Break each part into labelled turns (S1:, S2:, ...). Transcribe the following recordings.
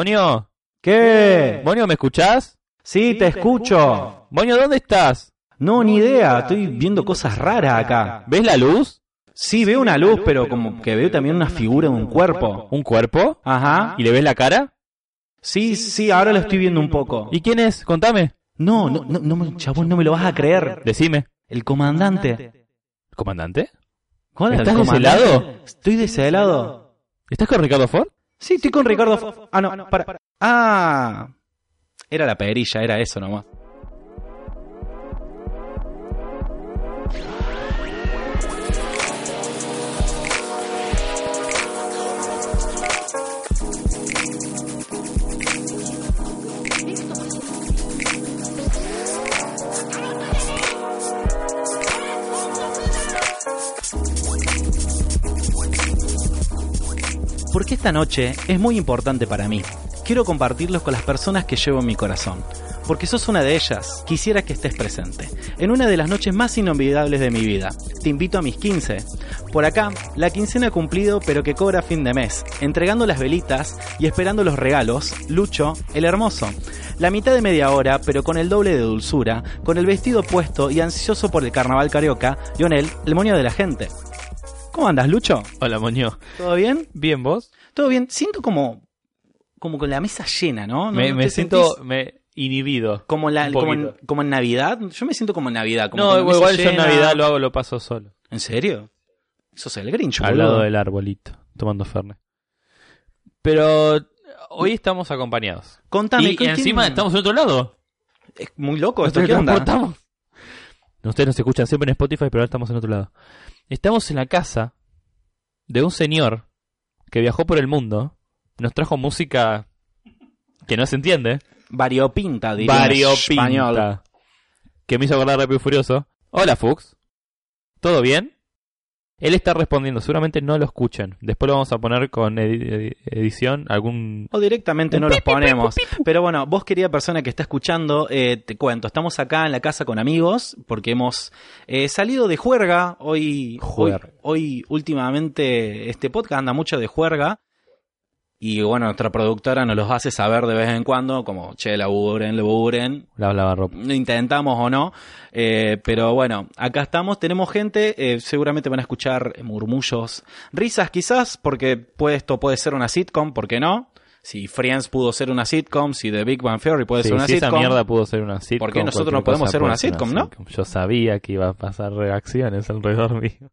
S1: Moño,
S2: ¿Qué?
S1: Moño, ¿me escuchás?
S2: Sí, te escucho.
S1: Moño, ¿dónde estás?
S2: No, ni idea, estoy viendo cosas raras acá.
S1: ¿Ves la luz?
S2: Sí, veo una luz, pero como que veo también una figura de un cuerpo.
S1: ¿Un cuerpo?
S2: Ajá.
S1: ¿Y le ves la cara?
S2: Sí, sí, ahora lo estoy viendo un poco.
S1: ¿Y quién es? Contame.
S2: No, no, no, no, me- chabón, no me lo vas a creer.
S1: Decime.
S2: El comandante.
S1: ¿Comandante?
S2: ¿Cuál
S1: ¿Estás
S2: el comandante?
S1: deshelado?
S2: Estoy deshelado.
S1: ¿Estás con Ricardo Ford?
S2: Sí, estoy con Ricardo. Fo- Ah, no, para. Ah. Era la perilla, era eso nomás. Porque esta noche es muy importante para mí. Quiero compartirlos con las personas que llevo en mi corazón. Porque sos una de ellas. Quisiera que estés presente. En una de las noches más inolvidables de mi vida. Te invito a mis 15. Por acá, la quincena cumplido pero que cobra fin de mes. Entregando las velitas y esperando los regalos. Lucho, el hermoso. La mitad de media hora pero con el doble de dulzura. Con el vestido puesto y ansioso por el carnaval carioca. Lionel, el moño de la gente. ¿Cómo andas, Lucho?
S1: Hola, Moño.
S2: ¿Todo bien?
S1: ¿Bien vos?
S2: Todo bien, siento como como con la mesa llena, ¿no? ¿No-
S1: me
S2: no
S1: me
S2: te
S1: siento
S2: sentís
S1: me inhibido.
S2: como la
S1: un
S2: como en,
S1: poquito.
S2: como en Navidad, yo me siento como en Navidad, como
S1: No,
S2: con la mesa
S1: igual yo en
S2: llena.
S1: Navidad lo hago, lo paso solo.
S2: ¿En serio? Sos el Grinch,
S1: Al
S2: boludo.
S1: lado del arbolito, tomando fernet. Pero hoy estamos acompañados.
S2: Contame,
S1: y
S2: ¿con quién-
S1: encima estamos en otro lado.
S2: es muy loco esto,
S1: Nosotros
S2: ¿qué onda?
S1: transportamos. Ustedes nos escuchan siempre en Spotify, pero ahora estamos en otro lado. Estamos en la casa de un señor que viajó por el mundo, nos trajo música que no se entiende,
S2: Variopinta, diría en español.
S1: variopinta, que me hizo acordar Rápido y Furioso. Hola, Fuchs. ¿Todo bien? Él está respondiendo, seguramente no lo escuchen. Después lo vamos a poner con edi- edi- edición algún...
S2: O directamente
S1: Un
S2: no
S1: pi,
S2: los
S1: pi, pi,
S2: ponemos.
S1: pi, pi, pi.
S2: Pero bueno, vos querida persona que está escuchando, eh, te cuento, estamos acá en la casa con amigos porque hemos eh, salido de juerga. Hoy, hoy,
S1: Juerga.
S2: hoy últimamente este podcast anda mucho de juerga. Y bueno, nuestra productora nos los hace saber de vez en cuando, como, che, laburen, laburen,
S1: La lavarropa.
S2: lo intentamos o no, eh, pero bueno, acá estamos, tenemos gente, eh, seguramente van a escuchar murmullos, risas quizás, porque puede- esto puede ser una sitcom, ¿por qué no? Si Friends pudo ser una sitcom, si The Big Bang Theory puede
S1: Sí,
S2: ser una
S1: si esa
S2: sitcom,
S1: mierda pudo ser una sitcom.
S2: ¿Por qué nosotros
S1: cualquier
S2: no podemos
S1: cosa
S2: ser
S1: puede
S2: una sitcom, no?
S1: Yo sabía que iba a pasar reacciones alrededor mío.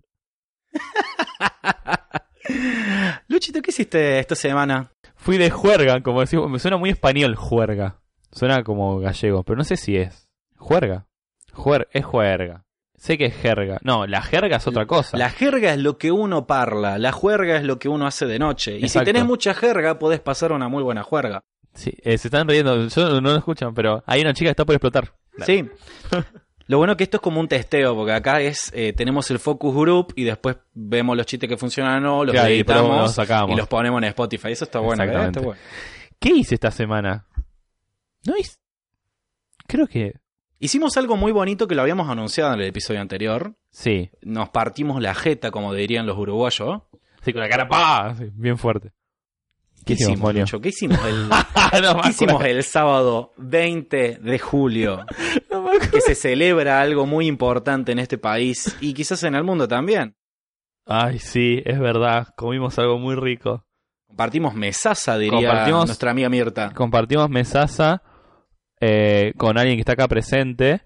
S2: Luchito, ¿qué hiciste esta semana?
S1: Fui de juerga, como decimos, me suena muy español juerga. Suena como gallego, pero no sé si es. Juerga. Juer, es juerga. Sé que es jerga. No, la jerga es otra cosa.
S2: La jerga es lo que uno parla, la juerga es lo que uno hace de noche, y
S1: Exacto.
S2: si tenés mucha jerga, podés pasar una muy buena juerga.
S1: Sí, eh, se están riendo, yo no lo escuchan, pero hay una chica que está por explotar.
S2: Sí. Lo bueno que esto es como un testeo, porque acá es eh, tenemos el focus group y después vemos los chistes que funcionan o no, los
S1: Claro, y después
S2: editamos
S1: los sacamos.
S2: y los ponemos en Spotify. Eso está bueno, ¿verdad?
S1: Exactamente.
S2: Está bueno.
S1: ¿Qué hice esta semana? No hice. Creo que.
S2: Hicimos algo muy bonito que lo habíamos anunciado en el episodio anterior.
S1: Sí.
S2: Nos partimos la jeta, como dirían los uruguayos.
S1: Sí, con la cara pa, Sí, bien fuerte. ¿Qué hicimos, Moño?
S2: Lucho? ¿Qué hicimos el,
S1: Ah, no, me
S2: qué hicimos
S1: acuerdo.
S2: el sábado 20 de julio?
S1: No me acuerdo.
S2: Que se celebra algo muy importante en este país y quizás en el mundo también.
S1: Ay, sí, es verdad. Comimos algo muy rico.
S2: Compartimos mesaza, diría
S1: Compartimos-
S2: nuestra amiga Mirta.
S1: Compartimos mesaza eh, con alguien que está acá presente.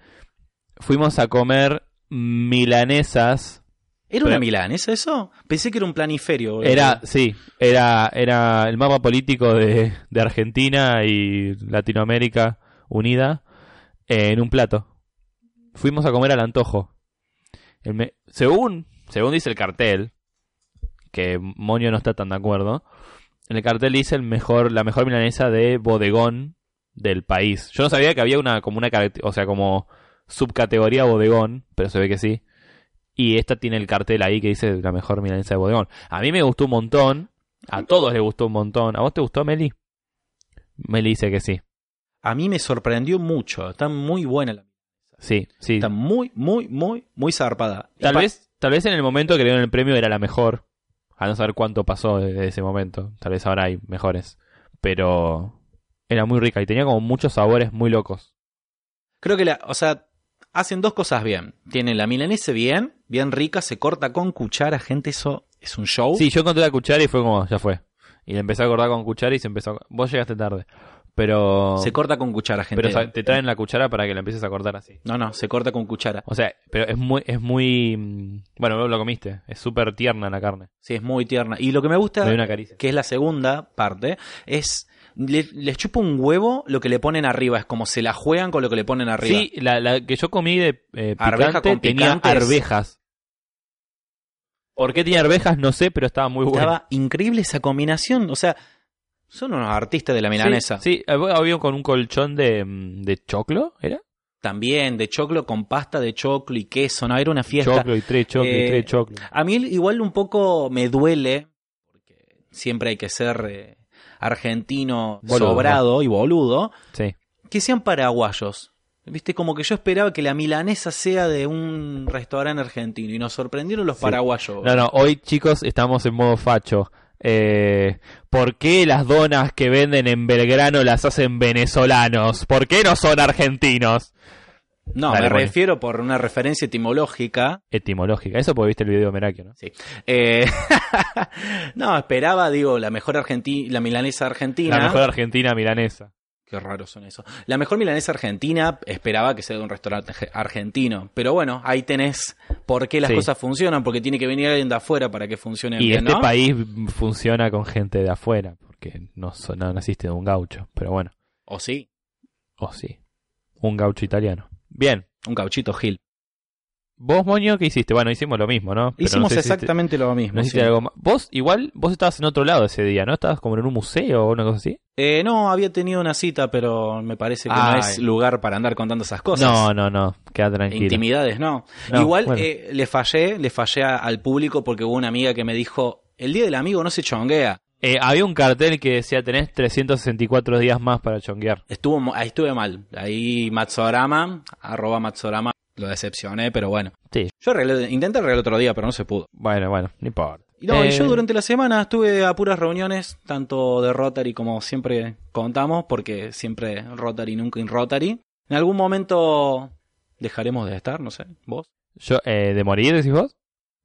S1: Fuimos a comer milanesas.
S2: ¿Era una
S1: Pero-
S2: milanesa eso? Pensé que era un planiferio. boludo.
S1: Era, sí, era, era el mapa político de, de Argentina y Latinoamérica unida eh, en un plato. Fuimos a comer al antojo. El me- según, según dice el cartel, que Moño no está tan de acuerdo, en el cartel dice el mejor, la mejor milanesa de bodegón del país. Yo no sabía que había una, como una, caracte- o sea, como subcategoría bodegón, pero se ve que sí. Y esta tiene el cartel ahí que dice la mejor milanesa de bodegón. A mí me gustó un montón. A todos les gustó un montón. ¿A vos te gustó, Meli? Meli dice que sí.
S2: A mí me sorprendió mucho. Está muy buena la
S1: Sí, sí.
S2: Está muy, muy, muy, muy zarpada. Y
S1: Tal
S2: pa-
S1: vez, tal vez en el momento que le dieron el premio era la mejor. A no saber cuánto pasó desde ese momento. Tal vez ahora hay mejores. pero era muy rica y tenía como muchos sabores muy locos.
S2: Creo que la, o sea, hacen dos cosas bien. Tienen la milanesa bien, bien rica, se corta con cuchara, gente, eso es un show.
S1: Sí, yo encontré la cuchara y fue como, ya fue. Y le empecé a cortar con cuchara y se empezó. a- Vos llegaste tarde. Pero.
S2: Se corta con cuchara, gente.
S1: pero o sea, te traen la cuchara para que la empieces a cortar así.
S2: No, no, se corta con cuchara.
S1: O sea, pero es muy. Es muy mm, bueno, vos lo comiste. Es súper tierna la carne.
S2: Sí, es muy tierna. Y lo que me gusta,
S1: Me dio una caricia.
S2: que es la segunda parte, es. le- les chupa un huevo lo que le ponen arriba. Es como se la juegan con lo que le ponen arriba.
S1: Sí, la, la que yo comí de eh,
S2: Arveja
S1: picante
S2: con
S1: tenía
S2: picantes.
S1: arvejas. ¿Por qué tenía arvejas? No sé, pero estaba muy buena.
S2: Estaba increíble esa combinación. O sea, son unos artistas de la milanesa.
S1: Sí, sí, había había con un colchón de, mm, de choclo, ¿era?
S2: También de choclo con pasta de choclo y queso. No, era una fiesta.
S1: Choclo y tres choclo
S2: Eh,
S1: y tres choclo.
S2: A mí igual un poco me duele, porque siempre hay que ser eh, argentino
S1: Boludo.
S2: sobrado y boludo,
S1: Sí.
S2: que sean paraguayos. Viste, como que yo esperaba que la milanesa sea de un restaurante argentino y nos sorprendieron los
S1: Sí.
S2: paraguayos.
S1: No, no, hoy chicos estamos en modo facho. Eh, ¿Por qué las donas que venden en Belgrano las hacen venezolanos? ¿Por qué no son argentinos?
S2: No,
S1: Dale,
S2: me
S1: Ronnie.
S2: refiero por una referencia etimológica.
S1: Etimológica, eso porque viste el video de Merakio, ¿no?
S2: Eh, no, esperaba, digo, la mejor argentina, la milanesa argentina.
S1: La mejor argentina milanesa.
S2: Qué raros son eso. La mejor milanesa argentina esperaba que sea de un restaurante arge- argentino. Pero bueno, ahí tenés por qué las
S1: Sí.
S2: cosas funcionan, porque tiene que venir alguien de afuera para que funcione
S1: Y
S2: bien,
S1: este
S2: ¿no?
S1: país funciona con gente de afuera, porque no, so- no naciste de un gaucho, pero bueno,
S2: O sí,
S1: o sí, un gaucho italiano. Bien,
S2: un cauchito Gil.
S1: vos, Moño, ¿qué hiciste? Bueno, hicimos lo mismo, ¿no? Pero no
S2: Hicimos
S1: sé si hiciste-
S2: exactamente lo mismo.
S1: No hiciste
S2: sí.
S1: algo más. Vos, igual, vos estabas en otro lado ese día, ¿no? Estabas como en un museo o una cosa así.
S2: Eh, no, había tenido una cita, pero me parece que no
S1: Ay.
S2: es lugar para andar contando esas cosas.
S1: No, no, no. Queda tranquilo.
S2: Intimidades, no.
S1: No,
S2: Igual
S1: bueno.
S2: eh, le fallé, le fallé a- al público porque hubo una amiga que me dijo, el día del amigo no se chonguea.
S1: Eh, había un cartel que decía: tenés 364 días más para chonguear.
S2: Estuvo, mo- ahí estuve mal. Ahí Matsorama, arroba Matsorama, lo decepcioné, pero bueno.
S1: Sí.
S2: Yo arreglé- intenté arreglar otro día, pero no se pudo.
S1: Bueno, bueno, no importa.
S2: Y no, y
S1: Eh,
S2: yo durante la semana estuve a puras reuniones, tanto de Rotary como siempre contamos, porque siempre Rotary, nunca in Rotary. En algún momento dejaremos de estar, no sé, vos.
S1: yo, eh, ¿De morir decís vos?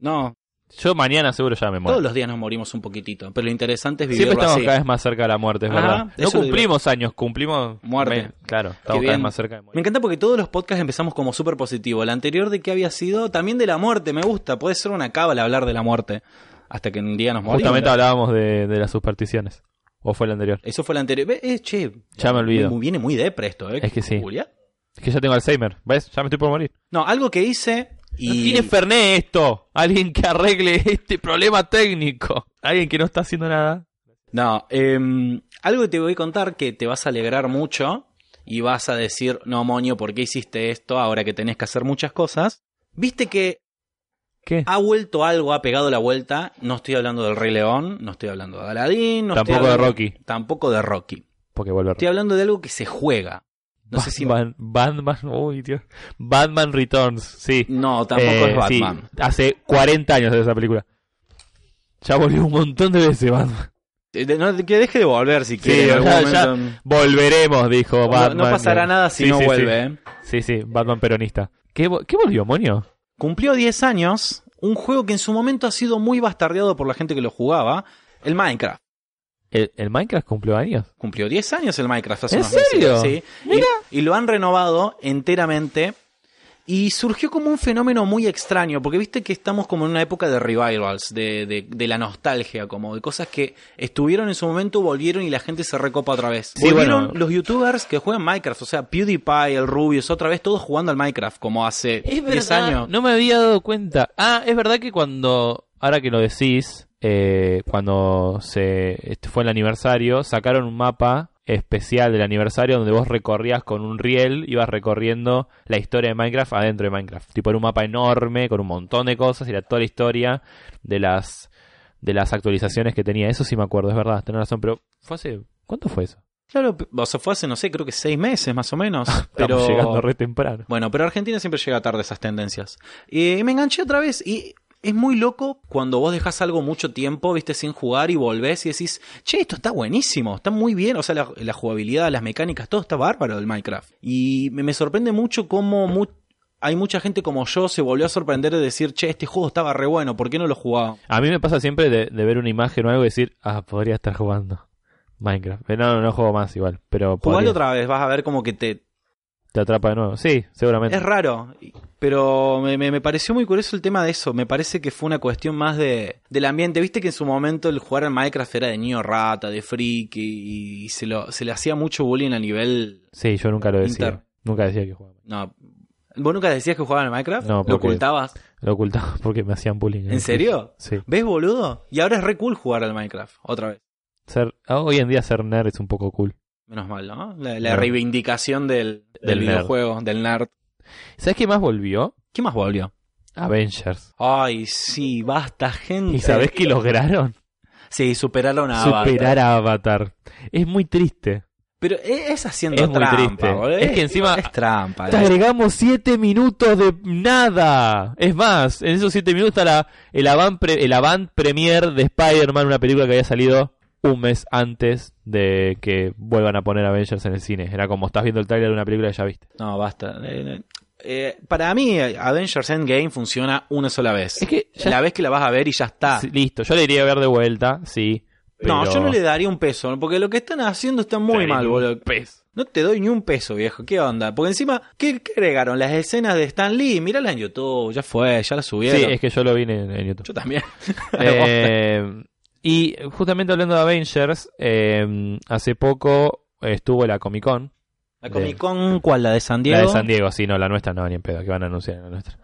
S2: No,
S1: Yo mañana seguro ya me
S2: todos
S1: muero.
S2: los días nos morimos un poquitito, pero lo interesante es
S1: Siempre
S2: vivirlo
S1: estamos
S2: así.
S1: cada vez más cerca de la muerte, es
S2: Ajá,
S1: verdad. No
S2: eso lo
S1: cumplimos años, cumplimos.
S2: Muerte.
S1: me- claro, estamos cada
S2: bien.
S1: vez más cerca de morir.
S2: Me encanta porque todos los podcasts empezamos como súper positivo. El anterior de que había sido también de la muerte, me gusta. Puede ser una cábala hablar de la muerte. Hasta que un día nos morimos.
S1: Justamente hablábamos de, de las supersticiones. ¿O fue el anterior?
S2: Eso fue el anterior. Ve, Eh, che,
S1: Ya me olvido.
S2: muy- Viene muy depre esto, ¿eh?
S1: Es que sí.
S2: Julia.
S1: Es que ya tengo Alzheimer. ¿Ves? Ya me estoy por morir.
S2: No, algo que hice y...
S1: Tiene Ferné esto. Alguien que arregle este problema técnico. Alguien que no está haciendo nada.
S2: No, em, algo que te voy a contar que te vas a alegrar mucho y vas a decir, no, moño, ¿por qué hiciste esto ahora que tenés que hacer muchas cosas? Viste que
S1: ¿Qué?
S2: ha vuelto algo, ha pegado la vuelta. No estoy hablando del Rey León, no estoy hablando de Aladdin, no estoy
S1: Tampoco de
S2: hablando-
S1: Rocky.
S2: Tampoco de Rocky.
S1: Porque vuelve
S2: Estoy hablando de algo que se juega. No sé si.
S1: Batman, Batman, uy, Dios. Batman Returns, sí.
S2: No, tampoco
S1: Eh,
S2: es
S1: sí.
S2: Batman.
S1: Hace 40 años de esa película. Ya volvió un montón de veces Batman.
S2: Eh, de- no, que deje de volver si
S1: Sí,
S2: quiere. en algún
S1: ya-
S2: momento.
S1: Volveremos, dijo
S2: No-
S1: Batman.
S2: no, pasará nada si
S1: Sí,
S2: no
S1: sí,
S2: vuelve. ¿eh?
S1: Sí. sí, sí, Batman peronista. ¿Qué, vo- qué volvió, Monio?
S2: Cumplió 10 años un juego que en su momento ha sido muy bastardeado por la gente que lo jugaba. El Minecraft.
S1: ¿El, el Minecraft cumplió años?
S2: Cumplió 10 años el Minecraft hace
S1: ¿En
S2: unos meses,
S1: serio?
S2: sí. Y- y lo han renovado enteramente. Y surgió como un fenómeno muy extraño, porque viste que estamos como en una época de revivals, de, de- de la nostalgia, como de cosas que estuvieron en su momento, volvieron y la gente se recopa otra vez.
S1: Sí,
S2: volvieron
S1: bueno.
S2: los youtubers que juegan Minecraft, o sea, PewDiePie, el Rubius, otra vez todos jugando al Minecraft, como hace 10 años.
S1: No me había dado cuenta. Ah, es verdad que cuando, ahora que lo decís, eh, cuando se este fue el aniversario, sacaron un mapa especial del aniversario donde vos recorrías con un riel, ibas recorriendo la historia de Minecraft adentro de Minecraft. Tipo era un mapa enorme con un montón de cosas, era toda la historia de las de las actualizaciones que tenía. Eso sí me acuerdo, es verdad, tenés razón, pero fue hace ¿cuánto fue eso?
S2: Claro, p- o sea, fue hace, no sé, creo que 6 meses más o menos.
S1: Estamos
S2: pero
S1: llegando re temprano.
S2: Bueno, pero Argentina siempre llega tarde a esas tendencias. Eh, me enganché otra vez y Es muy loco cuando vos dejas algo mucho tiempo, viste, sin jugar y volvés y decís, che, esto está buenísimo, está muy bien, o sea, la, la jugabilidad, las mecánicas, todo está bárbaro del Minecraft. Y me, me sorprende mucho cómo mu- hay mucha gente como yo se volvió a sorprender de decir, che, este juego estaba re bueno, ¿por qué no lo jugaba?
S1: A mí me pasa siempre de, de ver una imagen o algo y decir, ah, podría estar jugando Minecraft. Pero No, no, no juego más igual, pero
S2: Jugalo
S1: podría.
S2: otra vez, vas a ver como que te...
S1: te atrapa de nuevo. Sí, seguramente.
S2: Es raro, pero me, me- me pareció muy curioso el tema de eso. Me parece que fue una cuestión más de, del ambiente. Viste que en su momento el jugar al Minecraft era de niño rata, de freak, y, y se, lo, se le hacía mucho bullying a nivel
S1: Sí, yo nunca lo decía.
S2: Inter.
S1: Nunca decía que jugaba.
S2: No. ¿Vos nunca decías que jugaban al Minecraft?
S1: No,
S2: ¿Lo
S1: porque-
S2: ocultabas?
S1: Lo ocultaba porque me hacían bullying.
S2: ¿En serio?
S1: Sí.
S2: ¿Ves, boludo? Y ahora es re cool jugar al Minecraft, otra vez.
S1: Ser, ah, hoy en día ser nerd es un poco cool.
S2: Menos mal, ¿no? La, la
S1: No.
S2: reivindicación del,
S1: Del
S2: del
S1: nerd.
S2: videojuego, del nerd.
S1: ¿Sabes qué más volvió?
S2: ¿Qué más volvió?
S1: Avengers.
S2: Ay, sí, basta, gente.
S1: ¿Y sabés que lograron?
S2: Sí, superaron a Avatar.
S1: Superar a Avatar. Es muy triste.
S2: Pero e- es haciendo
S1: Es muy
S2: trampa,
S1: triste.
S2: boludo.
S1: Es que encima-
S2: Es trampa.
S1: Te agregamos 7 minutos de nada. Es más, en esos 7 minutos está la, el, avant pre- el avant premier de Spider-Man, una película que había salido un mes antes de que vuelvan a poner Avengers en el cine. Era como estás viendo el tráiler de una película que ya viste.
S2: No, basta. Eh, eh, para mí, Avengers Endgame funciona una sola vez.
S1: Es que ya-
S2: La vez que la vas a ver y ya está.
S1: Sí, Listo, yo la iría a ver de vuelta, sí.
S2: No,
S1: pero-
S2: yo no le daría un peso, ¿no? porque lo que están haciendo está muy
S1: Daría
S2: mal,
S1: un
S2: boludo. No te doy ni un peso, viejo. ¿Qué onda? Porque encima, ¿qué, qué agregaron? Las escenas de Stan Lee, míralas en YouTube, ya fue, ya las subieron.
S1: Sí, es que yo lo vi en, en YouTube.
S2: Yo también.
S1: Eh, y justamente hablando de Avengers, eh, hace poco estuvo la Comic Con.
S2: la Comic Con, ¿cuál? La de San Diego.
S1: La de San Diego, sí, no, la nuestra no, ni en pedo, que van a anunciar en la nuestra.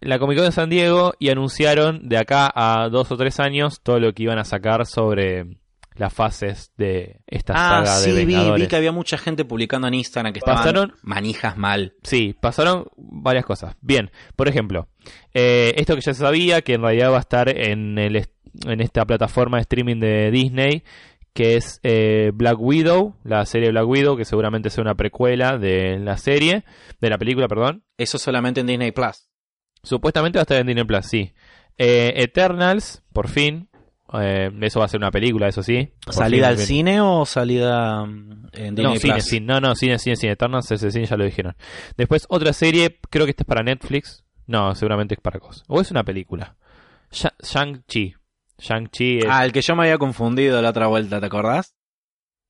S1: La Comic Con de San Diego y anunciaron de acá a dos o tres años todo lo que iban a sacar sobre las fases de esta
S2: Ah,
S1: saga
S2: sí,
S1: de
S2: vi,
S1: Vengadores.
S2: vi que había mucha gente publicando en Instagram que estaban
S1: Pasaron-
S2: manijas mal.
S1: Sí, pasaron varias cosas. Bien, por ejemplo, eh, esto que ya se sabía, que en realidad va a estar en, el est- en esta plataforma de streaming de Disney, que es eh, Black Widow, la serie Black Widow, que seguramente sea una precuela de la serie, de la película, perdón.
S2: Eso solamente en Disney Plus.
S1: Supuestamente va a estar en Disney Plus, sí. Eh, Eternals, por fin. eh, eso va a ser una película, eso sí. Por
S2: ¿Salida
S1: fin,
S2: al
S1: por fin.
S2: cine o salida mm, en Disney
S1: No, cine,
S2: Plus?
S1: cine, no, no, cine, cine, cine. Eternals, ese cine ya lo dijeron. Después, otra serie, creo que esta es para Netflix. No, seguramente es para cosas. O es una película. Sha- Shang-Chi. Shang-Chi es-
S2: Ah, el que yo me había confundido la otra vuelta, ¿te acordás?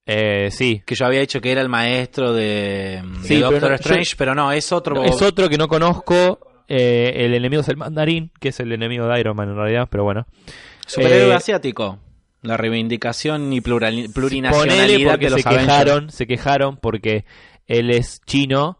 S1: eh, sí.
S2: que yo había dicho que era el maestro de, mm, de
S1: Sí, pero
S2: Doctor
S1: no,
S2: Strange,
S1: yo-
S2: pero no, es otro.
S1: No, es otro que no conozco. eh, el enemigo es el mandarín, que es el enemigo de Iron Man en realidad, pero bueno.
S2: superhéroe
S1: eh,
S2: asiático. La reivindicación y plural,
S1: Ponele
S2: plurinacionalidad
S1: porque
S2: de los
S1: se
S2: Avengers.
S1: quejaron, se quejaron porque él es chino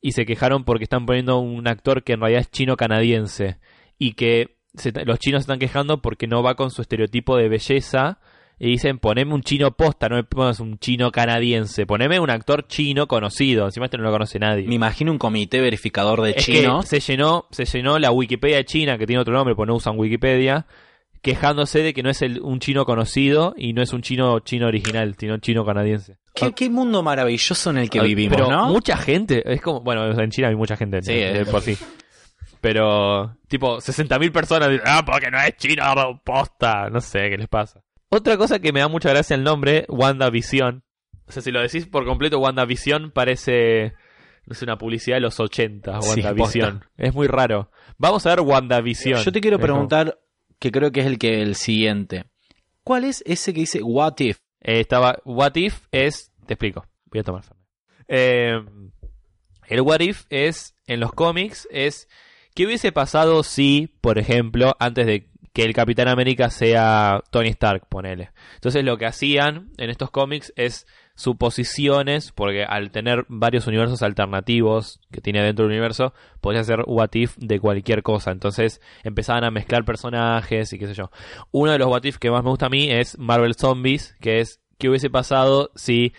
S1: y se quejaron porque están poniendo un actor que en realidad es chino-canadiense y que se ta- los chinos se están quejando porque no va con su estereotipo de belleza y dicen poneme un chino posta, no me pongas un chino canadiense, poneme un actor chino conocido, encima este no lo conoce nadie.
S2: Me imagino un comité verificador de
S1: Es que
S2: chinos.
S1: se llenó, se llenó la Wikipedia de China, que tiene otro nombre, porque no usan Wikipedia, quejándose de que no es el- un chino conocido y no es un chino chino original, sino un chino canadiense.
S2: ¿Qué, qué mundo maravilloso en el que
S1: Ah,
S2: vivimos,
S1: pero
S2: ¿no?
S1: mucha gente, es como, bueno, en China hay mucha gente,
S2: Sí,
S1: ¿no? De
S2: es-
S1: por sí. Pero, tipo, 60.000 personas dicen, ah, porque no es chino, posta, no sé qué les pasa. Otra cosa que me da mucha gracia el nombre, WandaVision. O sea, si lo decís por completo, WandaVision parece, no sé, una publicidad de los 80,
S2: Sí,
S1: WandaVision. es muy raro. Vamos a ver WandaVision.
S2: Yo te quiero
S1: Es como-
S2: preguntar, que creo que es el que el siguiente. ¿Cuál es ese que dice What If?
S1: Eh, estaba. What if es. Te explico. Voy a tomar Fernet. Eh, el what if es. En los cómics es. ¿Qué hubiese pasado si, por ejemplo, antes de que el Capitán América sea Tony Stark, ponele? Entonces lo que hacían en estos cómics es suposiciones, porque al tener varios universos alternativos que tiene dentro del universo, podía ser what if de cualquier cosa. Entonces empezaban a mezclar personajes y qué sé yo. Uno de los what if que más me gusta a mí es Marvel Zombies, que es qué hubiese pasado si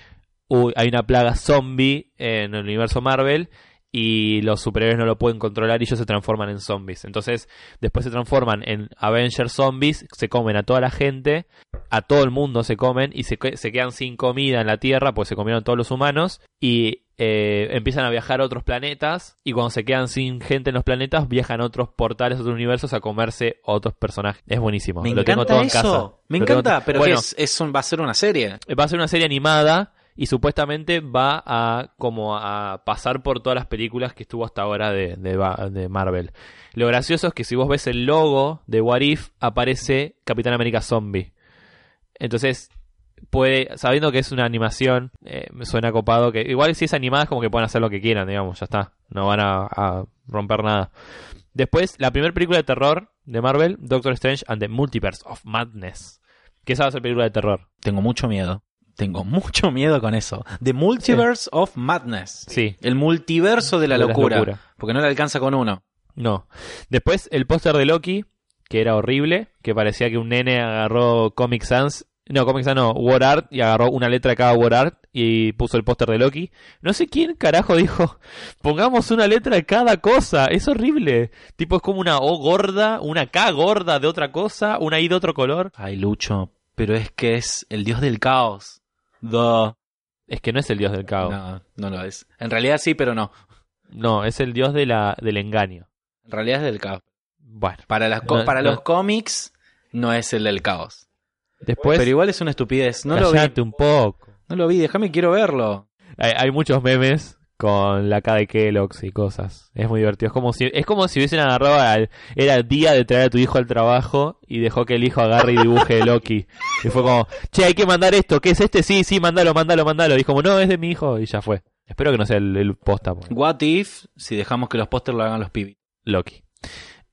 S1: uy, hay una plaga zombie en el universo Marvel y los superhéroes no lo pueden controlar y ellos se transforman en zombies. Entonces, después se transforman en Avengers zombies, se comen a toda la gente, a todo el mundo se comen y se, que- se quedan sin comida en la Tierra, pues se comieron todos los humanos y eh, empiezan a viajar a otros planetas y cuando se quedan sin gente en los planetas viajan a otros portales, a otros universos a comerse a otros personajes. Es buenísimo.
S2: Me
S1: Lo
S2: encanta
S1: tengo todo en
S2: eso.
S1: casa.
S2: Me
S1: Lo tengo
S2: encanta,
S1: to-
S2: pero
S1: Bueno,
S2: ¿qué es? Es un- va a ser una serie.
S1: eh, va a ser una serie animada y supuestamente va a como a pasar por todas las películas que estuvo hasta ahora de, de Ba- de Marvel. Lo gracioso es que si vos ves el logo de What If aparece Capitán América Zombie. Entonces puede, sabiendo que es una animación, eh, me suena copado que igual si es animada es como que pueden hacer lo que quieran, digamos, ya está, no van a, a romper nada. Después, la primera película de terror de Marvel, Doctor Strange and the Multiverse of Madness, que esa va a ser película de terror.
S2: Tengo mucho miedo. Tengo mucho miedo con eso. The Multiverse of Madness.
S1: Sí.
S2: El multiverso de la
S1: De las
S2: locura.
S1: locura.
S2: Porque no le alcanza con uno.
S1: No. Después el póster de Loki, que era horrible, que parecía que un nene agarró Comic Sans, no, Comic Sans no, War Art, y agarró una letra de cada War Art y puso el póster de Loki. No sé quién carajo dijo, pongamos una letra de cada cosa, es horrible. Tipo es como una O gorda, una K gorda de otra cosa, una I de otro color.
S2: Ay, Lucho, pero es que es el dios del caos. Duh.
S1: Es que no es el dios del caos. No,
S2: No, no lo es. En realidad sí, pero no.
S1: es el dios de la, del engaño.
S2: En realidad es del caos.
S1: Bueno,
S2: Para, las co-
S1: No,
S2: para
S1: no.
S2: los cómics no es el del caos.
S1: después...
S2: pero igual es una estupidez. No lo vi.
S1: callate un poco.
S2: No lo vi. Déjame, quiero verlo.
S1: Hay, hay muchos memes con la K de Kellogg's y cosas. Es muy divertido. Es como si, es como si hubiesen agarrado al. Era el día de traer a tu hijo al trabajo y dejó que el hijo agarre y dibuje Loki. Y fue como, che, hay que mandar esto. ¿Qué es este? Sí, sí, mándalo, mándalo, mándalo. Y como, no, es de mi hijo. Y ya fue. Espero que no sea el, el posta. pues, porque-
S2: What if si dejamos que los pósters lo hagan los pibis?
S1: Loki.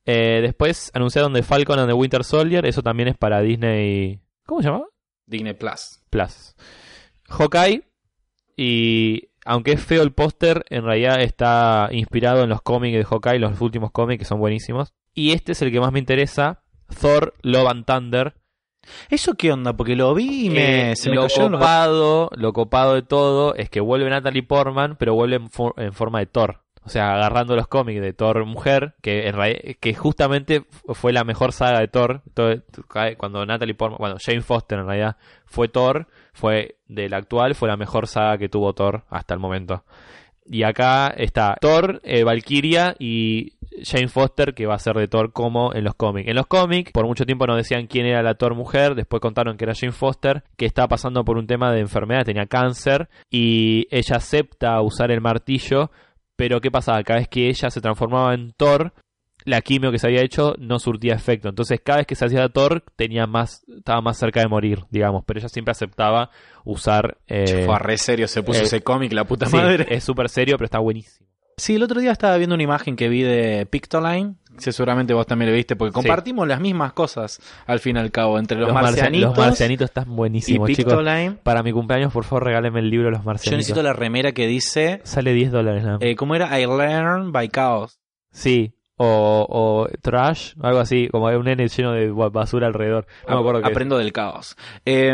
S1: Eh, después anunciaron de Falcon and the Winter Soldier. Eso también es para Disney. ¿Cómo se llamaba?
S2: Disney Plus.
S1: Plus. Hawkeye, y aunque es feo el póster, en realidad está inspirado en los cómics de Hawkeye, los últimos cómics que son buenísimos. Y este es el que más me interesa, Thor, Love and Thunder.
S2: ¿Eso qué onda? Porque lo vi y me,
S1: Eh,
S2: se me
S1: lo,
S2: cayeron los-
S1: copado, lo copado de todo es que vuelve Natalie Portman, pero vuelve en, for- en forma de Thor. O sea, agarrando los cómics de Thor Mujer, que en realidad- que justamente fu- fue la mejor saga de Thor. To- Cuando Natalie Portman, bueno, Jane Foster en realidad fue Thor, fue del actual, fue la mejor saga que tuvo Thor hasta el momento. Y acá está Thor, eh, Valkyria y Jane Foster, que va a ser de Thor como en los cómics. En los cómics, por mucho tiempo no decían quién era la Thor mujer, después contaron que era Jane Foster, que estaba pasando por un tema de enfermedad, tenía cáncer, y ella acepta usar el martillo, pero ¿qué pasaba? Cada vez que ella se transformaba en Thor, la quimio que se había hecho no surtía efecto. Entonces, cada vez que se hacía Thor, tenía más, estaba más cerca de morir, digamos, pero ella siempre aceptaba usar... eh,
S2: Fue re serio, se puso
S1: eh,
S2: ese cómic, la puta
S1: sí,
S2: madre.
S1: es súper serio, pero está buenísimo.
S2: Sí, el otro día estaba viendo una imagen que vi de Pictoline. Sí, seguramente vos también lo viste, porque compartimos las mismas cosas, al fin y al cabo, entre los,
S1: marcia-
S2: marcianitos,
S1: los marcianitos están
S2: y
S1: buenísimos, chicos.
S2: Pictoline.
S1: Para mi cumpleaños, por favor, regálenme el libro de Los
S2: Yo
S1: Marcianitos.
S2: necesito la remera que dice,
S1: Sale 10 dólares nada más.
S2: eh, ¿cómo era? I learn by chaos.
S1: Sí. O, o trash, algo así, como un nene lleno de ba- basura alrededor. No me acuerdo qué.
S2: Aprendo del caos. Eh,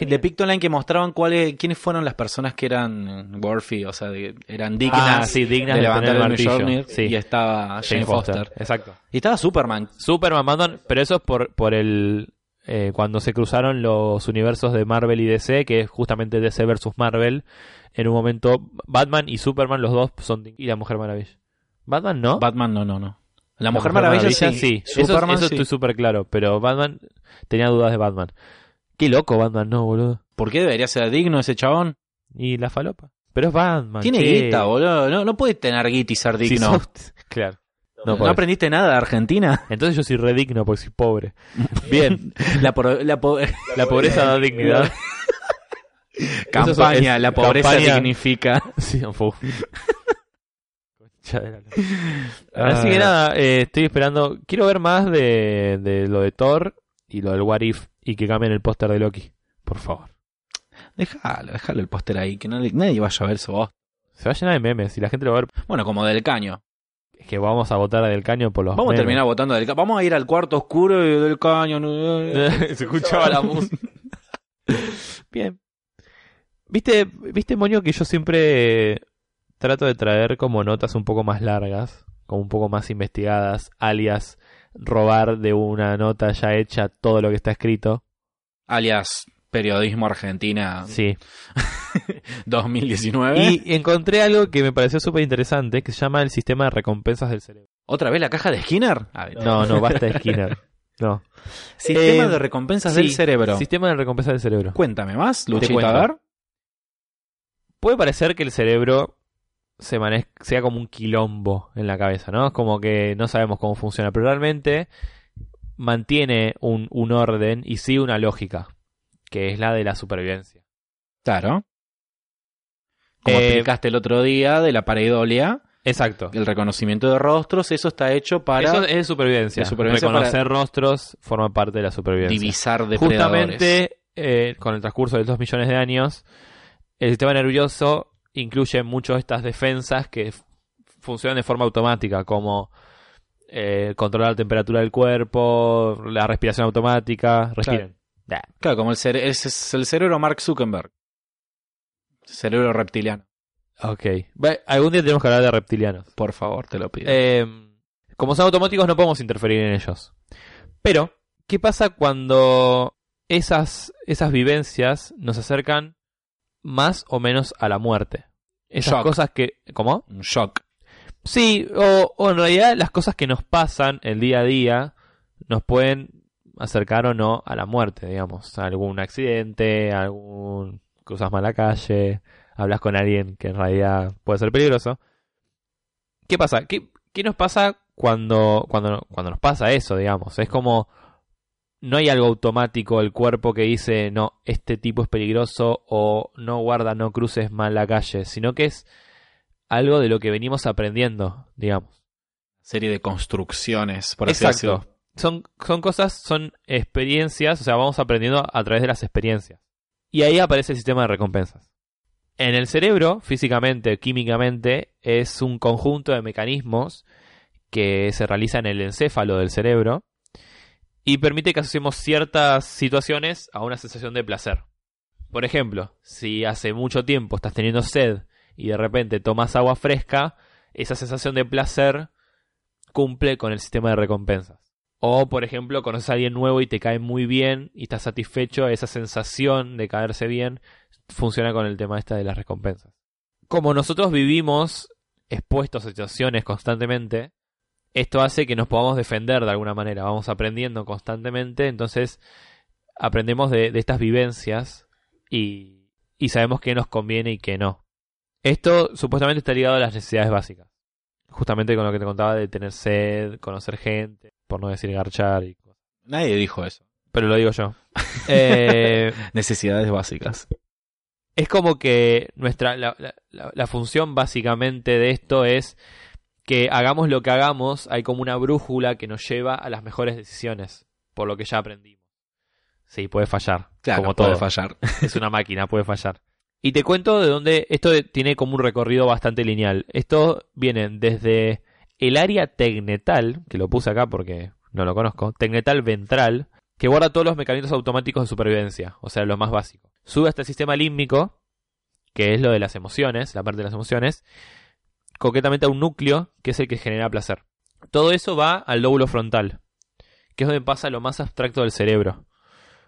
S2: de Pictoline que mostraban cuáles, quiénes fueron las personas que eran worthy, o sea, de- eran dignas,
S1: Ah, sí, dignas de
S2: de levantar
S1: tener
S2: el
S1: martillo.
S2: Mjolnir,
S1: Sí.
S2: y estaba Jane Foster.
S1: Exacto.
S2: Y estaba Superman.
S1: Superman Mandon, pero eso es por, por el. eh, cuando se cruzaron los universos de Marvel y DC, que es justamente DC versus Marvel, en un momento Batman y Superman, los dos son. de- Y la Mujer Maravilla. Batman no.
S2: Batman no, no, no. La Mujer, Maravilla, sí.
S1: Eso-
S2: Superman
S1: eso,
S2: sí.
S1: estoy súper claro. Pero Batman, tenía dudas de Batman. Qué loco Batman, no, boludo.
S2: ¿Por qué debería ser digno ese chabón?
S1: Y la falopa. Pero es Batman.
S2: Tiene
S1: che.
S2: guita, boludo. No, no puede tener guita y ser
S1: Si
S2: digno.
S1: sos- Claro.
S2: no,
S1: No podés.
S2: aprendiste nada de Argentina.
S1: Entonces yo soy redigno porque soy pobre. Bien,
S2: La, por- la po-
S1: la pobreza da dignidad.
S2: campaña, la pobreza
S1: campaña.
S2: significa.
S1: Sí, fu. Concha de la lora.
S2: Ah.
S1: Así que nada, eh, estoy esperando. Quiero ver más de, de lo de Thor y lo del What If y que cambien el póster de Loki. Por favor.
S2: Déjalo, déjalo el póster ahí, que no le- nadie vaya a ver su voz.
S1: Se va a llenar de memes y la gente lo va a ver.
S2: Bueno, como del caño.
S1: Es que vamos a votar a Del Caño por los
S2: Vamos a
S1: memes.
S2: terminar votando del caño. Vamos a ir al cuarto oscuro y del caño. no-
S1: Se escuchaba la música. Bien. ¿Viste, ¿Viste, Moño, que yo siempre eh, trato de traer como notas un poco más largas, como un poco más investigadas, alias robar de una nota ya hecha todo lo que está escrito?
S2: Alias, periodismo argentina
S1: Sí.
S2: 2019.
S1: Y encontré algo que me pareció súper interesante, que se llama el sistema de recompensas del cerebro.
S2: ¿Otra vez la caja de Skinner? A ver.
S1: No, no, basta de Skinner. No.
S2: Sistema
S1: Eh,
S2: de recompensas
S1: sí,
S2: del cerebro.
S1: Sistema de recompensas del cerebro.
S2: Cuéntame más, Luchito,
S1: cuento.
S2: a ver.
S1: Puede parecer que el cerebro se maneja, sea como un quilombo en la cabeza, ¿no? Es como que no sabemos cómo funciona, pero realmente mantiene un, un orden y sí una lógica, que es la de la supervivencia.
S2: Claro. Como
S1: Eh,
S2: explicaste el otro día de la pareidolia,
S1: Exacto.
S2: el reconocimiento de rostros, eso está hecho para
S1: Eso es supervivencia.
S2: La supervivencia
S1: Reconocer rostros forma parte de la supervivencia.
S2: divisar depredadores.
S1: Justamente eh, con el transcurso de dos millones de años, el sistema nervioso incluye mucho estas defensas que f- funcionan de forma automática, como eh, controlar la temperatura del cuerpo, la respiración automática. Respiren.
S2: Claro, como el, cere- ese es el cerebro Mark Zuckerberg. Cerebro reptiliano.
S1: Ok. Ve- Algún día tenemos que hablar de reptilianos.
S2: Por favor, te lo pido.
S1: Eh, como son automáticos, no podemos interferir en ellos. Pero, ¿qué pasa cuando esas, esas vivencias nos acercan más o menos a la muerte? Esas
S2: Shock.
S1: cosas que. ¿Cómo?
S2: Un shock.
S1: Sí, o, o en realidad las cosas que nos pasan el día a día nos pueden acercar o no a la muerte, digamos. Algún accidente, algún cruzas mala calle, hablas con alguien que en realidad puede ser peligroso. ¿Qué pasa? ¿Qué, qué nos pasa cuando, cuando, cuando nos pasa eso, digamos? Es como no hay algo automático el cuerpo que dice no, este tipo es peligroso o no guarda, no cruces mal la calle, sino que es algo de lo que venimos aprendiendo, digamos.
S2: Serie de construcciones, por así
S1: Exacto.
S2: decirlo.
S1: Son, son cosas, son experiencias, o sea, vamos aprendiendo a través de las experiencias. Y ahí aparece el sistema de recompensas. En el cerebro, físicamente, químicamente, es un conjunto de mecanismos que se realiza en el encéfalo del cerebro y permite que asociemos ciertas situaciones a una sensación de placer. Por ejemplo, si hace mucho tiempo estás teniendo sed y de repente tomas agua fresca, esa sensación de placer cumple con el sistema de recompensas. O, por ejemplo, conoces a alguien nuevo y te cae muy bien y estás satisfecho, esa sensación de caerse bien funciona con el tema esta de las recompensas. Como nosotros vivimos expuestos a situaciones constantemente, esto hace que nos podamos defender de alguna manera, vamos aprendiendo constantemente, entonces aprendemos de, de estas vivencias y, y sabemos qué nos conviene y qué no. Esto supuestamente está ligado a las necesidades básicas justamente con lo que te contaba de tener sed, conocer gente, por no decir garchar y cosas.
S2: Nadie dijo eso.
S1: Pero lo digo yo. Eh,
S2: Necesidades básicas.
S1: es como que nuestra la, la- la- la función básicamente de esto es que hagamos lo que hagamos, hay como una brújula que nos lleva a las mejores decisiones, por lo que ya aprendimos. Sí, puede fallar,
S2: Claro,
S1: como
S2: puede
S1: todo.
S2: fallar.
S1: es una máquina, puede fallar. Y te cuento de dónde esto de- tiene como un recorrido bastante lineal. Esto viene desde el área tegnetal, que lo puse acá porque no lo conozco, tegnetal ventral, que guarda todos los mecanismos automáticos de supervivencia, o sea, lo más básico. Sube hasta el sistema límbico, que es lo de las emociones, la parte de las emociones, concretamente a un núcleo, que es el que genera placer. Todo eso va al lóbulo frontal, que es donde pasa lo más abstracto del cerebro,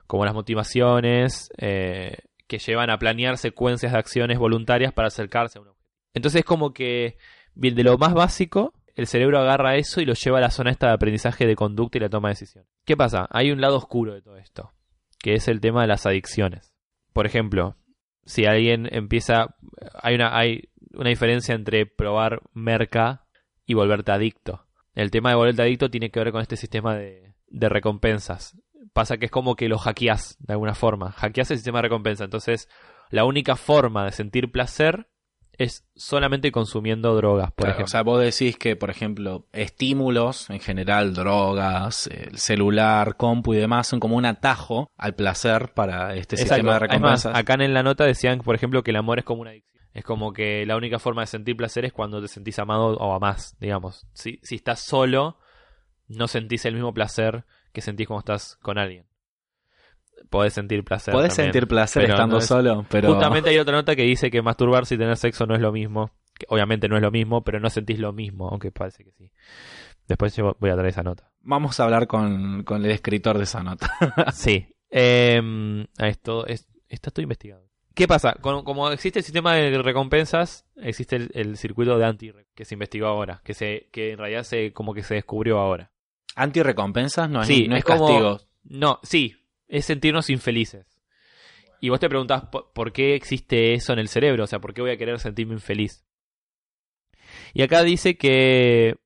S1: como las motivaciones eh, que llevan a planear secuencias de acciones voluntarias para acercarse a un objetivo. Entonces es como que, bien, de lo más básico, el cerebro agarra eso y lo lleva a la zona esta de aprendizaje de conducta y la toma de decisiones. ¿Qué pasa? Hay un lado oscuro de todo esto, que es el tema de las adicciones. Por ejemplo, si alguien empieza, hay una, hay una diferencia entre probar merca y volverte adicto. El tema de volverte adicto tiene que ver con este sistema de, de recompensas. Pasa que es como que lo hackeás de alguna forma. Hackeás el sistema de recompensa. Entonces, la única forma de sentir placer es solamente consumiendo drogas, por
S2: Claro,
S1: ejemplo.
S2: O sea, vos decís que, por ejemplo, estímulos, en general, drogas, el celular, compu y demás, son como un atajo al placer para este sistema de
S1: Exacto. Además,
S2: recompensas.
S1: acá en la nota decían, por ejemplo, que el amor es como una adicción. Es como que la única forma de sentir placer es cuando te sentís amado o amás, digamos. Si, si estás solo, no sentís el mismo placer que sentís cuando estás con alguien. Podés sentir placer.
S2: Podés
S1: también.
S2: sentir placer
S1: pero
S2: estando
S1: no es-
S2: solo, pero
S1: Justamente hay otra nota que dice que masturbarse y tener sexo no es lo mismo. Que obviamente no es lo mismo, pero no sentís lo mismo, aunque parece que sí. Después yo voy a traer esa nota.
S2: vamos a hablar con, con el escritor de esa nota.
S1: Sí. Em, a esto, es, está todo investigado. ¿Qué pasa? Con- como existe el sistema de recompensas, existe el, el circuito de anti que se investigó ahora, que se, que en realidad se, como que se descubrió ahora.
S2: Anti-recompensas no es,
S1: Sí,
S2: no es,
S1: es como-
S2: castigo.
S1: No, sí, es sentirnos infelices. Y vos te preguntás po- por qué existe eso en el cerebro, o sea, por qué voy a querer sentirme infeliz. Y acá dice que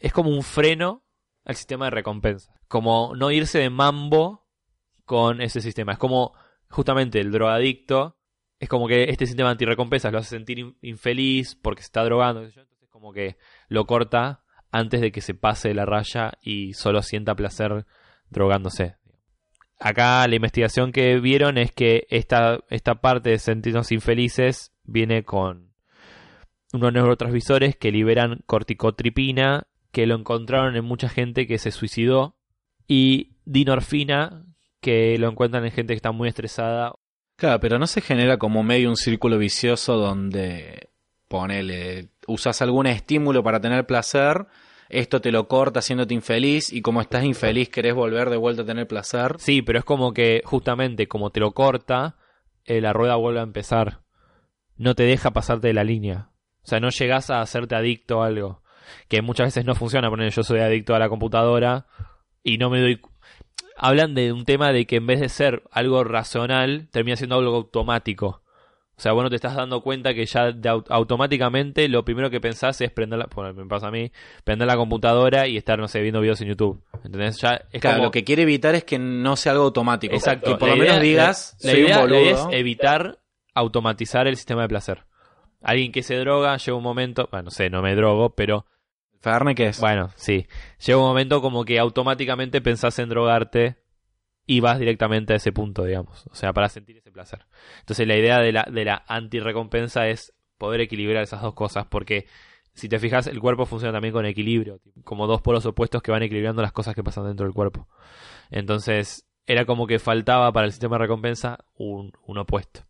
S1: es como un freno al sistema de recompensa, como no irse de mambo con ese sistema. Es como justamente el drogadicto, es como que este sistema de antirrecompensas lo hace sentir in- infeliz porque se está drogando, qué sé yo, entonces como que lo corta antes de que se pase de la raya y solo sienta placer drogándose. Acá la investigación que vieron es que esta, esta parte de sentirnos infelices viene con unos neurotransmisores que liberan corticotripina, que lo encontraron en mucha gente que se suicidó, y dinorfina, que lo encuentran en gente que está muy estresada.
S2: Claro, pero no se genera como medio un círculo vicioso donde, ponele, usas algún estímulo para tener placer, esto te lo corta haciéndote infeliz y como estás infeliz querés volver de vuelta a tener placer.
S1: Sí, pero es como que justamente como te lo corta, eh, la rueda vuelve a empezar. No te deja pasarte de la línea. O sea, no llegas a hacerte adicto a algo. Que muchas veces no funciona. Poner yo soy adicto a la computadora y no me doy. cu- Hablan de un tema de que en vez de ser algo racional, termina siendo algo automático. O sea, vos no te estás dando cuenta que ya de au- automáticamente lo primero que pensás es prender la, bueno, me pasa a mí, prender la computadora y estar, no sé, viendo videos en YouTube. ¿Entendés? Ya es
S2: claro,
S1: como-
S2: lo que quiere evitar es que no sea algo automático.
S1: Exacto.
S2: Que por
S1: La
S2: lo menos
S1: idea-
S2: digas,
S1: La
S2: soy
S1: idea
S2: un boludo.
S1: es evitar automatizar el sistema de placer. Alguien que se droga llega un momento, bueno, no sé, no me drogo, pero
S2: Ferne, ¿qué es?
S1: bueno, sí, llega un momento como que automáticamente pensás en drogarte y vas directamente a ese punto, digamos, o sea, para sentir ese placer. Entonces la idea de la, de la antirrecompensa es poder equilibrar esas dos cosas, porque si te fijas, el cuerpo funciona también con equilibrio, como dos polos opuestos que van equilibrando las cosas que pasan dentro del cuerpo. Entonces, era como que faltaba para el sistema de recompensa un, un opuesto.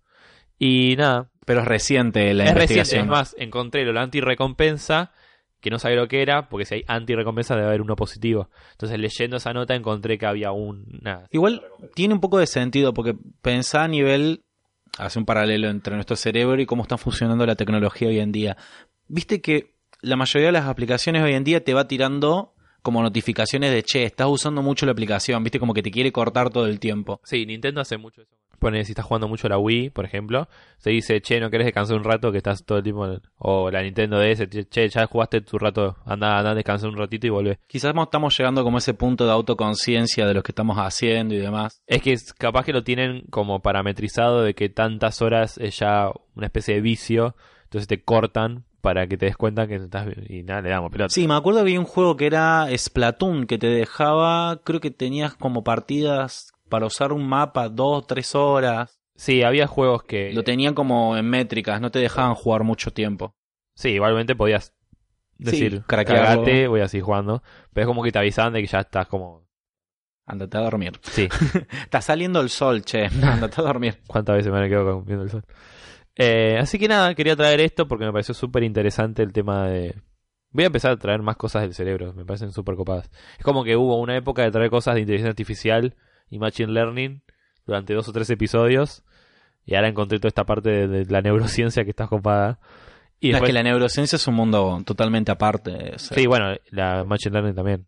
S1: Y nada,
S2: Pero es reciente la
S1: es reciente,
S2: investigación.
S1: es más, encontré lo de la antirrecompensa, que no sabía lo que era, porque si hay antirrecompensa debe haber uno positivo. Entonces, leyendo esa nota, encontré que había un... nada.
S2: Igual tiene un poco de sentido porque pensá a nivel, hace un paralelo entre nuestro cerebro y cómo está funcionando la tecnología hoy en día. Viste que la mayoría de las aplicaciones hoy en día te va tirando como notificaciones de, che, estás usando mucho la aplicación, viste como que te quiere cortar todo el tiempo.
S1: Sí, Nintendo hace mucho eso. Pone, si estás jugando mucho la Wii, por ejemplo, se dice, che, ¿no querés descansar un rato que estás todo el tiempo... en el-". O la Nintendo DS, che, che, ya jugaste tu rato, anda, anda, descansa un ratito y volvé.
S2: Quizás no estamos llegando como a ese punto de autoconciencia de lo que estamos haciendo y demás.
S1: Es que es- capaz que lo tienen como parametrizado de que tantas horas es ya una especie de vicio, entonces te cortan para que te des cuenta que estás... Y nada, le damos pelota.
S2: Sí, me acuerdo que había un juego que era Splatoon, que te dejaba, creo que tenías como partidas para usar un mapa dos, tres horas.
S1: Sí, había juegos que...
S2: Lo tenían como en métricas, no te dejaban jugar mucho tiempo.
S1: Sí, igualmente podías decir,
S2: craquearlo.
S1: cagate, voy a seguir jugando. Pero es como que te avisaban de que ya estás como...
S2: Andate a dormir.
S1: Sí,
S2: Está saliendo el sol, che. Andate a dormir.
S1: cuántas veces me han quedado con- viendo el sol. Eh, así que nada, quería traer esto porque me pareció súper interesante el tema de... Voy a empezar a traer más cosas del cerebro, me parecen súper copadas. Es como que hubo una época de traer cosas de inteligencia artificial y machine learning durante dos o tres episodios. Y ahora encontré toda esta parte de, de la neurociencia que está copada. Y
S2: No,
S1: después...
S2: es que la neurociencia es un mundo totalmente aparte. o sea,
S1: Sí, bueno, la Machine Learning también.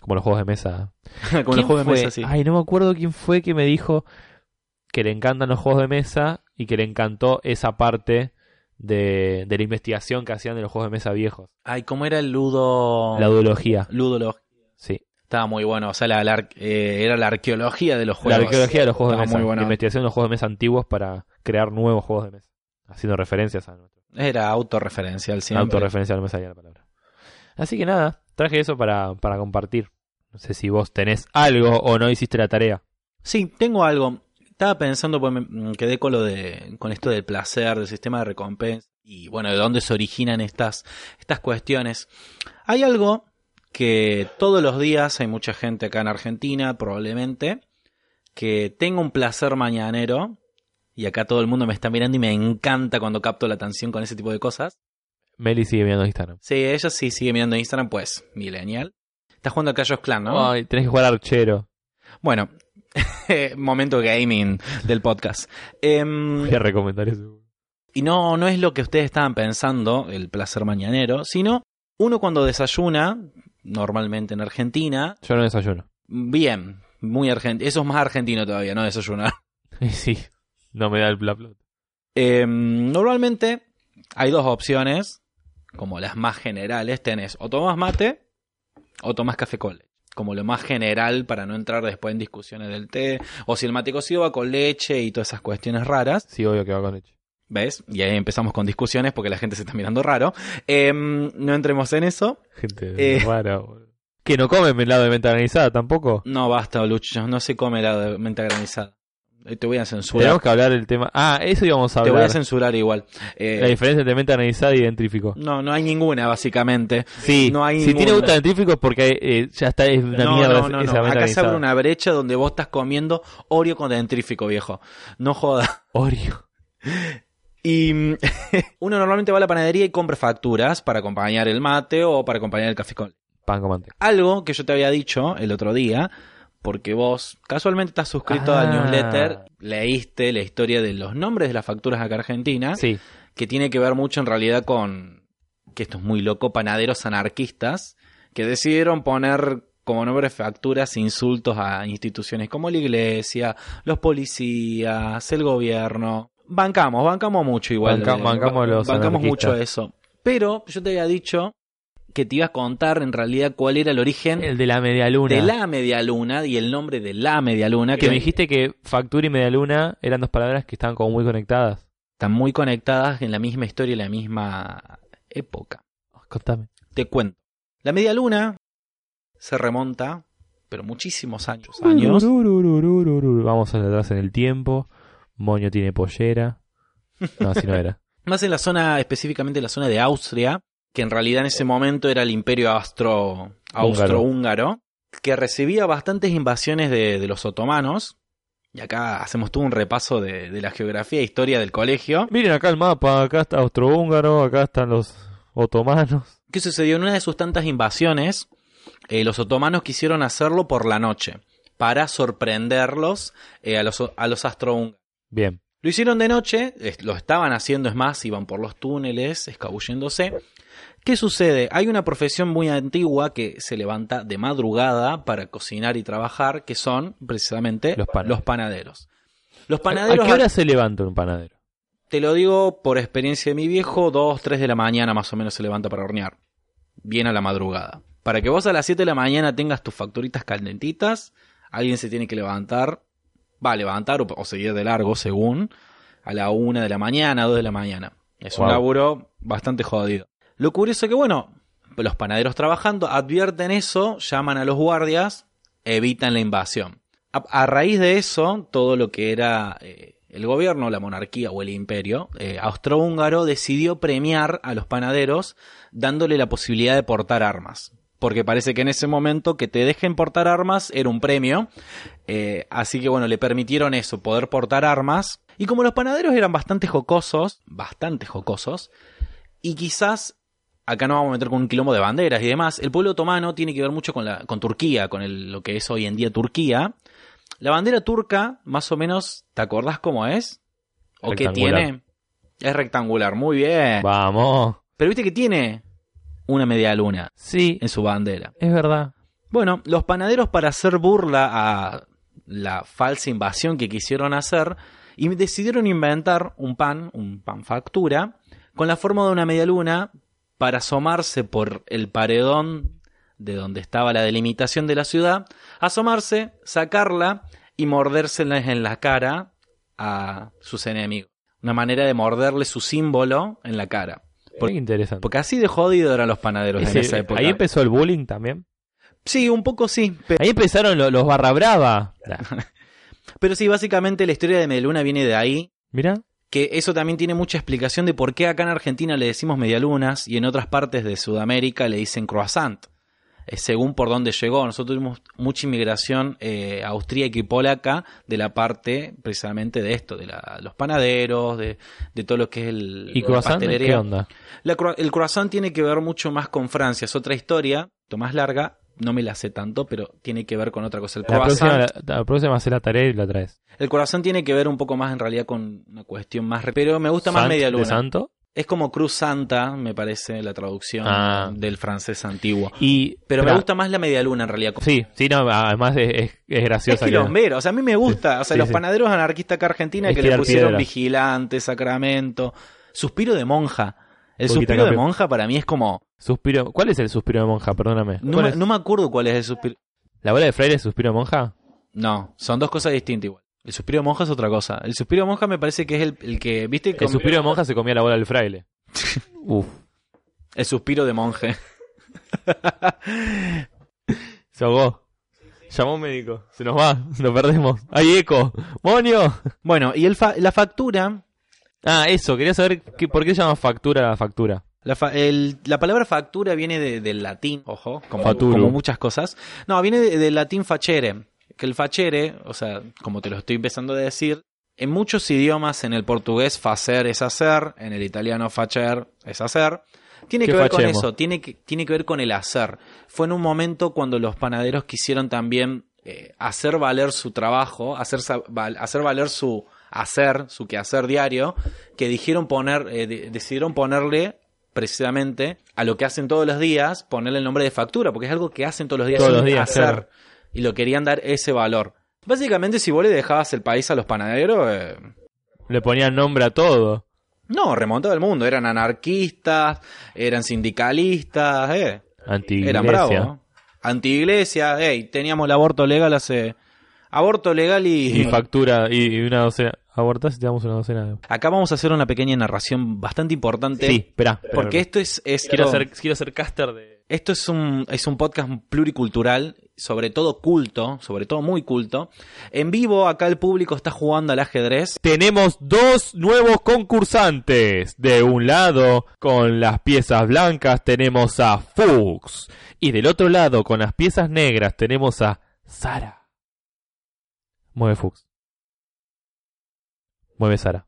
S1: Como los juegos de mesa.
S2: como los
S1: ¿Quién
S2: juegos de
S1: fue?
S2: mesa, sí.
S1: Ay, no me acuerdo quién fue que me dijo que le encantan los juegos de mesa y que le encantó esa parte de, de la investigación que hacían de los juegos de mesa viejos.
S2: Ay, ¿cómo era el ludo?
S1: La duología,
S2: Ludolog.
S1: sí.
S2: Estaba muy bueno. O sea, la, la ar- eh, era la arqueología de los
S1: La
S2: juegos.
S1: arqueología de los juegos de
S2: Estaba
S1: mesa.
S2: muy
S1: La
S2: bueno.
S1: investigación de los juegos de mesa antiguos para crear nuevos juegos de mesa. Haciendo referencias a nuestro.
S2: Era autorreferencial siempre.
S1: Autorreferencia, no me salía la palabra. Así que nada, traje eso para, para compartir. No sé si vos tenés algo o no hiciste la tarea.
S2: Sí, tengo algo. Estaba pensando, pues me mm, quedé con lo de, con esto del placer, del sistema de recompensa y bueno, de dónde se originan estas, estas cuestiones. Hay algo que todos los días hay mucha gente acá en Argentina, probablemente, que tengo un placer mañanero y acá todo el mundo me está mirando y me encanta cuando capto la atención con ese tipo de cosas.
S1: Meli sigue mirando Instagram.
S2: Sí, ella sí sigue mirando
S1: Oh,
S2: Instagram, pues, millennial. Está jugando a Clash of Clans, ¿no?
S1: Ay, tenés que jugar archero.
S2: Bueno, eh, Momento gaming del podcast. Em,
S1: Voy a recomendar eso.
S2: y no, no es lo que ustedes estaban pensando, el placer mañanero, sino uno cuando desayuna, normalmente en Argentina,
S1: Yo no desayuno.
S2: bien, muy argentino. Eso es más argentino todavía, no desayunar.
S1: Y sí, no me da el bla bla.
S2: Em, normalmente hay dos opciones, como las más generales, tenés o tomás mate o tomás café con leche. Como lo más general para no entrar después en discusiones del té, o si el mate cocido va con leche y todas esas cuestiones raras.
S1: Sí, obvio que va con leche.
S2: ¿Ves? Y ahí empezamos con discusiones porque la gente se está mirando raro. Em, no entremos en eso.
S1: Gente
S2: Eh.
S1: rara, boludo. Que no comen helado de menta granizada tampoco.
S2: No basta, Lucho, no se come la de menta granizada. Eh, Te voy a censurar.
S1: Tenemos que hablar del tema. Ah, eso íbamos a
S2: Te voy a
S1: hablar.
S2: censurar igual. Eh,
S1: La diferencia entre menta granizada y dentrífico.
S2: no, no hay ninguna, básicamente.
S1: Sí,
S2: No hay
S1: si tiene
S2: ninguna.
S1: gusto dentrífico es porque eh, ya está, es una
S2: no,
S1: mierda
S2: no, no,
S1: esa menta
S2: no. Acá se abre
S1: granizada.
S2: una brecha donde vos estás comiendo Oreo con dentrífico, viejo. No joda.
S1: Oreo.
S2: Y mm, uno normalmente va a la panadería y compra facturas para acompañar el mate o para acompañar el café con.
S1: Pan con manteca.
S2: Algo que yo te había dicho el otro día, porque vos casualmente estás suscrito al
S1: Ah.
S2: newsletter, leíste la historia de los nombres de las facturas acá argentinas,
S1: Sí.
S2: que tiene que ver mucho en realidad con, que esto es muy loco, panaderos anarquistas, que decidieron poner como nombre de facturas insultos a instituciones como la iglesia, los policías, el gobierno. Bancamos, bancamos mucho igual. Eh,
S1: Banca- bancamos los
S2: Bancamos
S1: anarquistas.
S2: mucho eso. Pero yo te había dicho que te iba a contar en realidad cuál era el origen
S1: El de la media luna.
S2: de la media luna y el nombre de la media luna
S1: Que me dijiste que factura y media luna eran dos palabras que estaban como muy conectadas.
S2: están muy conectadas en la misma historia y la misma época.
S1: Contame.
S2: Te cuento. La media luna se remonta, pero muchísimos años, años.
S1: Urururururururu. Vamos atrás en el tiempo. Moño tiene pollera. No, así no era.
S2: Más en la zona, específicamente en la zona de Austria, que en realidad en ese momento era el imperio astro, austrohúngaro, que recibía bastantes invasiones de, de los otomanos. Y acá hacemos todo un repaso de, de la geografía e historia del colegio.
S1: Miren acá el mapa. Acá está Austrohúngaro. Acá están los otomanos.
S2: ¿Qué sucedió? En una de sus tantas invasiones, eh, los otomanos quisieron hacerlo por la noche, para sorprenderlos eh, a los, a los astrohúngaros.
S1: Bien.
S2: Lo hicieron de noche, es- lo estaban haciendo, es más, iban por los túneles, escabulléndose. ¿Qué sucede? Hay una profesión muy antigua que se levanta de madrugada para cocinar y trabajar, que son precisamente
S1: Los
S2: los
S1: panaderos.
S2: panaderos. Los panaderos,
S1: ¿A qué hora se levanta un panadero?
S2: te lo digo por experiencia de mi viejo, 2, 3 de la mañana más o menos se levanta para hornear. Bien a la madrugada. Para que vos a las 7 de la mañana tengas tus facturitas calentitas, alguien se tiene que levantar, va a levantar o, o seguir de largo según, a la 1 de la mañana, 2 de la mañana. Es un
S1: Wow.
S2: laburo bastante jodido. Lo curioso que, bueno, los panaderos trabajando advierten eso, llaman a los guardias, evitan la invasión. A, a raíz de eso, todo lo que era eh, el gobierno, la monarquía o el imperio eh, austrohúngaro decidió premiar a los panaderos dándole la posibilidad de portar armas. Porque parece que en ese momento que te dejen portar armas era un premio. Eh, así que bueno, le permitieron eso, poder portar armas. Y como los panaderos eran bastante jocosos, bastante jocosos, y quizás, acá no vamos a meter con un quilombo de banderas y demás, el pueblo otomano tiene que ver mucho con, la, con Turquía, con el- lo que es hoy en día Turquía. La bandera turca, más o menos, ¿te acordás cómo es? ¿O qué
S1: Rectangular.
S2: tiene? Es rectangular, muy bien.
S1: Vamos.
S2: Pero viste que tiene una media luna
S1: Sí,
S2: en su bandera.
S1: es verdad.
S2: Bueno, los panaderos para hacer burla a la falsa invasión que quisieron hacer, y decidieron inventar un pan, un pan factura, con la forma de una media luna para asomarse por el paredón de donde estaba la delimitación de la ciudad, asomarse, sacarla y mordérselas en la cara a sus enemigos. Una manera de morderle su símbolo en la cara. Por-
S1: Qué interesante.
S2: Porque así de jodido eran los panaderos en
S1: Ese-
S2: esa época.
S1: ahí empezó el bullying también.
S2: Sí, un poco sí. pe-
S1: Ahí empezaron lo- los barra brava.
S2: Pero sí, básicamente la historia de Medialuna viene de ahí.
S1: Mira,
S2: Que eso también tiene mucha explicación de por qué acá en Argentina le decimos medialunas y en otras partes de Sudamérica le dicen croissant. Eh, según por dónde llegó. Nosotros tuvimos mucha inmigración eh, austríaca y polaca de la parte precisamente de esto, de la- los panaderos, de, de todo lo que es el,
S1: y
S2: la
S1: croissant,
S2: pastelería.
S1: ¿qué onda?
S2: La cro- el croissant tiene que ver mucho más con Francia, es otra historia, mucho más larga, no me la sé tanto, pero tiene que ver con otra cosa. El
S1: La próxima,
S2: croissant,
S1: la, la próxima hacer la tarea y la traes.
S2: el corazón tiene que ver un poco más en realidad con una cuestión más... re- Pero me gusta más
S1: Sant-
S2: media
S1: de
S2: luna.
S1: santo?
S2: Es como Cruz Santa, me parece la traducción
S1: Ah.
S2: del francés antiguo.
S1: Y,
S2: Pero me
S1: Espera.
S2: gusta más la media luna en realidad.
S1: Sí, sí, no, además es, es- es
S2: Es
S1: graciosa. que-
S2: quilombero, o sea, a mí me gusta. O sea,
S1: Sí,
S2: los
S1: sí.
S2: panaderos anarquistas acá argentina
S1: Es
S2: que le
S1: tirar
S2: pusieron
S1: piedra.
S2: vigilante, sacramento, suspiro de monja. El
S1: Boquita
S2: suspiro de
S1: campeón.
S2: monja para mí es como.
S1: Suspiro. ¿Cuál es el suspiro de monja? Perdóname.
S2: No,
S1: ¿Cuál
S2: me-
S1: es?
S2: no me acuerdo cuál es el suspiro.
S1: ¿La bola de fraile es suspiro de monja?
S2: No, son dos cosas distintas igual. El suspiro de monja es otra cosa. El suspiro de monja me parece que es el, el que, ¿viste?
S1: El
S2: Como-
S1: suspiro de monja se comía la bola del fraile. Uf.
S2: el suspiro de monje.
S1: Se ahogó. Llamó un médico. Se nos va. Lo perdemos. ¡Hay eco! ¡Monio!
S2: Bueno, y el fa- la factura.
S1: Ah, eso. Quería saber qué- por qué se llama factura la factura.
S2: La, fa- el- la palabra factura viene de- del latín, ojo, como,
S1: Faturu.
S2: como muchas cosas. No, viene de- del latín facere, que el facere, o sea, como te lo estoy empezando a decir, en muchos idiomas, en el portugués facer es hacer, en el italiano facer es hacer. Tiene
S1: ¿Qué
S2: que ver con
S1: fachemos?
S2: eso, tiene que, tiene que ver con el hacer. Fue en un momento cuando los panaderos quisieron también eh, hacer valer su trabajo, hacer, sa- val- hacer valer su hacer, su quehacer diario, que dijeron poner, eh, de- decidieron ponerle precisamente a lo que hacen todos los días, ponerle el nombre de factura, porque es algo que hacen todos los días,
S1: Todos
S2: es
S1: los
S2: un
S1: días,
S2: hacer.
S1: claro.
S2: Y lo querían dar ese valor. Básicamente, si vos le dejabas el país a los panaderos, eh,
S1: Le ponían nombre a todo.
S2: no, remontaba el mundo. Eran anarquistas, eran sindicalistas, eh.
S1: Anti
S2: Eran bravos. ¿no? Antiiglesia, ey, teníamos el aborto legal hace. Aborto legal y.
S1: Y factura. Y, y una docena. Abortás y te damos una docena de.
S2: Acá vamos a hacer una pequeña narración bastante importante.
S1: Sí, espera.
S2: Porque esto es. esto-
S1: Quiero ser, quiero ser caster de.
S2: Esto es un, es un podcast pluricultural, sobre todo culto, sobre todo muy culto. En vivo, acá el público está jugando al ajedrez.
S1: Tenemos dos nuevos concursantes. De un lado, con las piezas blancas, tenemos a Fuchs. Y del otro lado, con las piezas negras, tenemos a Sara. Mueve Fuchs. Mueve Sara.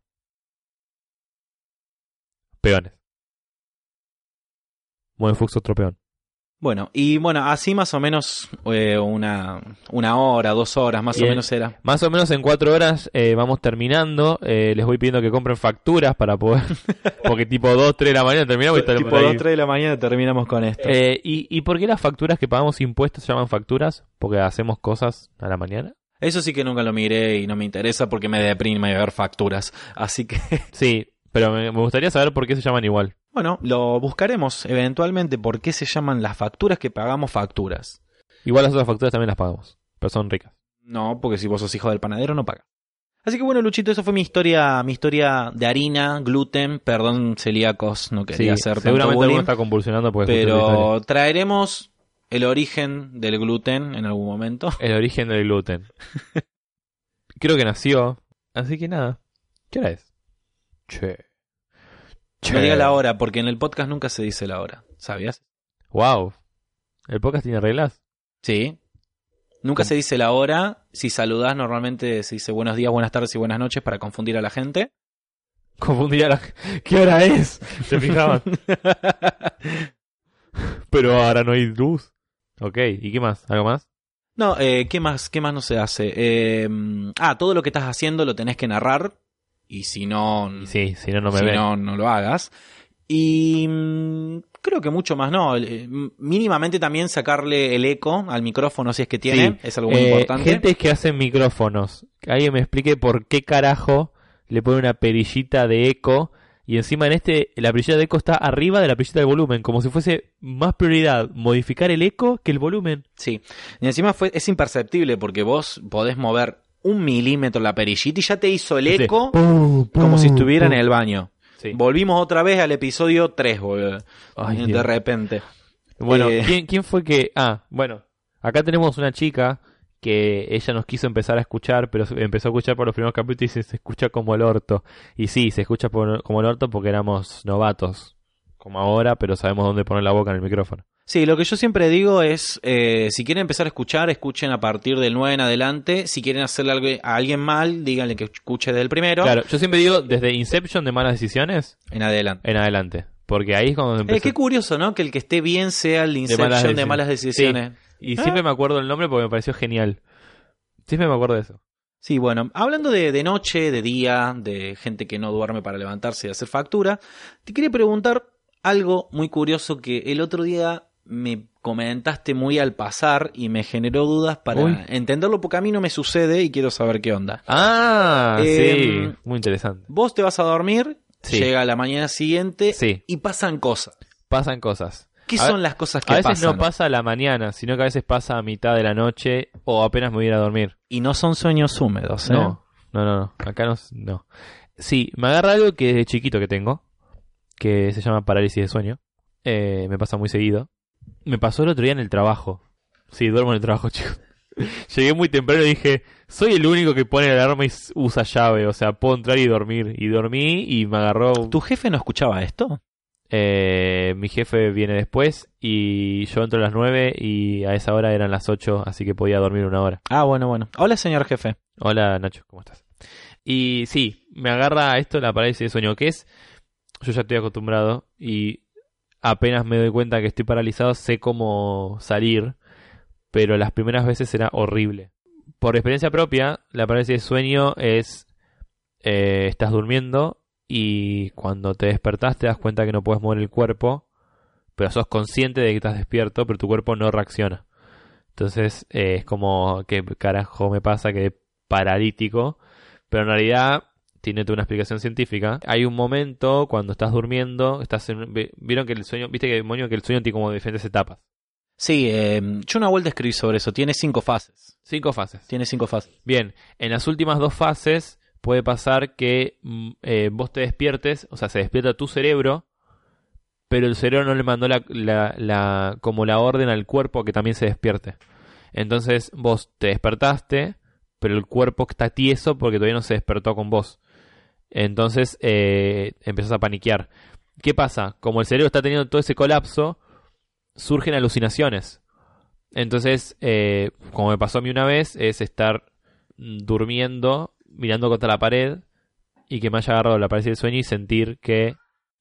S1: Peones. Mueve Fuchs otro peón.
S2: Bueno, y bueno, así más o menos eh, una, una hora, dos horas, más o
S1: Bien.
S2: menos era.
S1: Más o menos en cuatro horas eh, vamos terminando. Eh, les voy pidiendo que compren facturas para poder. Porque tipo 2, 3 de la mañana terminamos y está
S2: tipo
S1: por ahí.
S2: 2, 3 de la mañana terminamos con esto.
S1: Eh, ¿y, ¿Y por qué las facturas que pagamos impuestos se llaman facturas? Porque hacemos cosas a la mañana.
S2: Eso sí que nunca lo miré y no me interesa porque me deprime ver facturas. Así que,
S1: Sí, pero me, me gustaría saber por qué se llaman igual.
S2: bueno, lo buscaremos eventualmente por qué se llaman las facturas que pagamos facturas.
S1: Igual las otras facturas también las pagamos, pero son ricas.
S2: No, porque si vos sos hijo del panadero no paga. Así que bueno, Luchito, eso fue mi historia, mi historia de harina, gluten, perdón, celíacos, no quería
S1: Sí,
S2: hacer tanto
S1: seguramente
S2: bullying,
S1: alguno está convulsionando porque escuchó la historia.
S2: pero traeremos el origen del gluten en algún momento.
S1: el origen del gluten. Creo que nació, así que nada. ¿Qué hora es? Che.
S2: No diga la hora, porque en el podcast nunca se dice la hora, ¿sabías?
S1: Wow. ¿El podcast tiene reglas?
S2: Sí. Nunca
S1: ¿Cómo?
S2: se dice la hora. Si saludás, normalmente se dice buenos días, buenas tardes y buenas noches para confundir a la gente.
S1: Confundir a la... ¿Qué hora es? Se fijaban. Pero ahora no hay luz. Ok, ¿y qué más? ¿Algo más?
S2: No, eh, ¿qué más? ¿Qué más no se hace? Eh, ah, todo lo que estás haciendo lo tenés que narrar. Y si no,
S1: Y sí, si no, no me
S2: Mm. si
S1: ven.
S2: no, no lo hagas. Y mm, creo que mucho más, no. El- eh, Mínimamente también sacarle el eco al micrófono si es que tiene. Es algo muy
S1: Eh,
S2: importante.
S1: Gente que hace micrófonos. Que Alguien me explique por qué carajo le pone una perillita de eco. Y encima en este, la perillita de eco está arriba de la perillita de volumen. Como si fuese más prioridad modificar el eco que el volumen.
S2: Sí. Y encima fue, es imperceptible porque vos podés mover un milímetro la perillita y ya te hizo el
S1: Este,
S2: eco
S1: pum, pum,
S2: como si estuviera en
S1: pum.
S2: el baño.
S1: Sí.
S2: Volvimos otra vez al episodio 3, boludo.
S1: Ay,
S2: de
S1: Dios.
S2: repente.
S1: Bueno,
S2: Eh,
S1: ¿quién, quién fue que.? Ah, bueno. Acá tenemos una chica que ella nos quiso empezar a escuchar, pero se- empezó a escuchar por los primeros capítulos y dice, se escucha como el orto. Y sí, se escucha por- como el orto porque éramos novatos. Como ahora, pero sabemos dónde poner la boca en el micrófono.
S2: Sí, lo que yo siempre digo es, eh, si quieren empezar a escuchar, escuchen a partir del 9 en adelante. Si quieren hacerle algo a alguien mal, díganle que escuche del primero
S1: Claro, yo siempre digo, desde Inception de malas decisiones,
S2: en adelante.
S1: en adelante. Porque ahí es cuando empezó.
S2: Eh, qué curioso, ¿no? Que el que esté bien sea el Inception de
S1: malas
S2: malas,
S1: decisiones.
S2: decisiones.
S1: Y
S2: Ah.
S1: siempre me acuerdo el nombre porque me pareció genial. Siempre me acuerdo de eso.
S2: Sí, bueno, hablando de, de noche, de día, de gente que no duerme para levantarse y hacer factura, te quería preguntar algo muy curioso que el otro día me comentaste muy al pasar y me generó dudas para
S1: Uy.
S2: entenderlo porque a mí no me sucede y quiero saber qué onda.
S1: Ah,
S2: Em,
S1: sí. Muy interesante.
S2: Vos te vas a dormir,
S1: Sí.
S2: llega la mañana siguiente
S1: Sí.
S2: y pasan cosas.
S1: Pasan cosas.
S2: ¿Qué
S1: A-
S2: son las cosas que
S1: A veces
S2: pasan?
S1: no pasa a la mañana, sino que a veces pasa a mitad de la noche o apenas me voy a ir a dormir.
S2: y no son sueños húmedos, ¿eh?
S1: No, no, no, no. Acá no, no. Sí, me agarra algo que desde chiquito que tengo, que se llama parálisis de sueño. Eh, me pasa muy seguido. Me pasó el otro día en el trabajo. Sí, duermo en el trabajo, chicos. Llegué muy temprano y dije, soy el único que pone la alarma y s- usa llave, o sea, puedo entrar y dormir. Y dormí y me agarró...
S2: ¿Tu jefe no escuchaba esto?
S1: Eh, mi jefe viene después y yo entro a las 9 y a esa hora eran las 8, así que podía dormir una hora.
S2: Ah, bueno, bueno. Hola, señor jefe.
S1: Hola Nacho, ¿cómo estás? Y sí, me agarra esto la parálisis de sueño, que es, yo ya estoy acostumbrado y apenas me doy cuenta que estoy paralizado, sé cómo salir, pero las primeras veces era horrible. Por experiencia propia, la parálisis de sueño es, eh, estás durmiendo y cuando te despertás te das cuenta que no puedes mover el cuerpo, pero sos consciente de que estás despierto, pero tu cuerpo no reacciona. Entonces eh, es como, ¿qué carajo me pasa? Que paralítico, pero en realidad tiene toda una explicación científica. Hay un momento cuando estás durmiendo, estás en, vi- vieron que el sueño, viste que demonio que el sueño tiene como diferentes etapas,
S2: Sí, eh, yo una vuelta escribí sobre eso. Tiene cinco fases.
S1: cinco fases.
S2: Tiene cinco fases.
S1: Bien, en las últimas dos fases puede pasar que mm, eh, vos te despiertes, o sea, se despierta tu cerebro, pero el cerebro no le mandó la, la- la- como la orden al cuerpo a que también se despierte. Entonces vos te despertaste, pero el cuerpo está tieso porque todavía no se despertó con vos. Entonces eh, empezás a paniquear. ¿Qué pasa? Como el cerebro está teniendo todo ese colapso, surgen alucinaciones. Entonces, eh, como me pasó a mí una vez, es estar durmiendo, mirando contra la pared y que me haya agarrado la parálisis del sueño y sentir que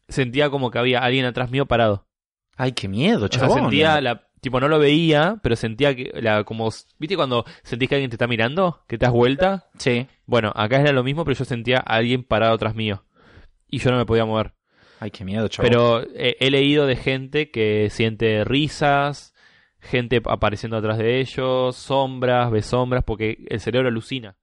S1: sentía como que había alguien atrás mío parado.
S2: Ay, qué miedo,
S1: O sea,
S2: chabón. eh.
S1: sentía la tipo no lo veía, pero sentía que la como ¿viste cuando sentís que alguien te está mirando, que te das vuelta?
S2: Sí.
S1: Bueno, acá era lo mismo, pero yo sentía a alguien parado atrás mío y yo no me podía mover.
S2: Ay, qué miedo, chabón.
S1: Pero eh, he leído de gente que siente risas, gente apareciendo atrás de ellos, sombras, ve sombras, porque el cerebro alucina.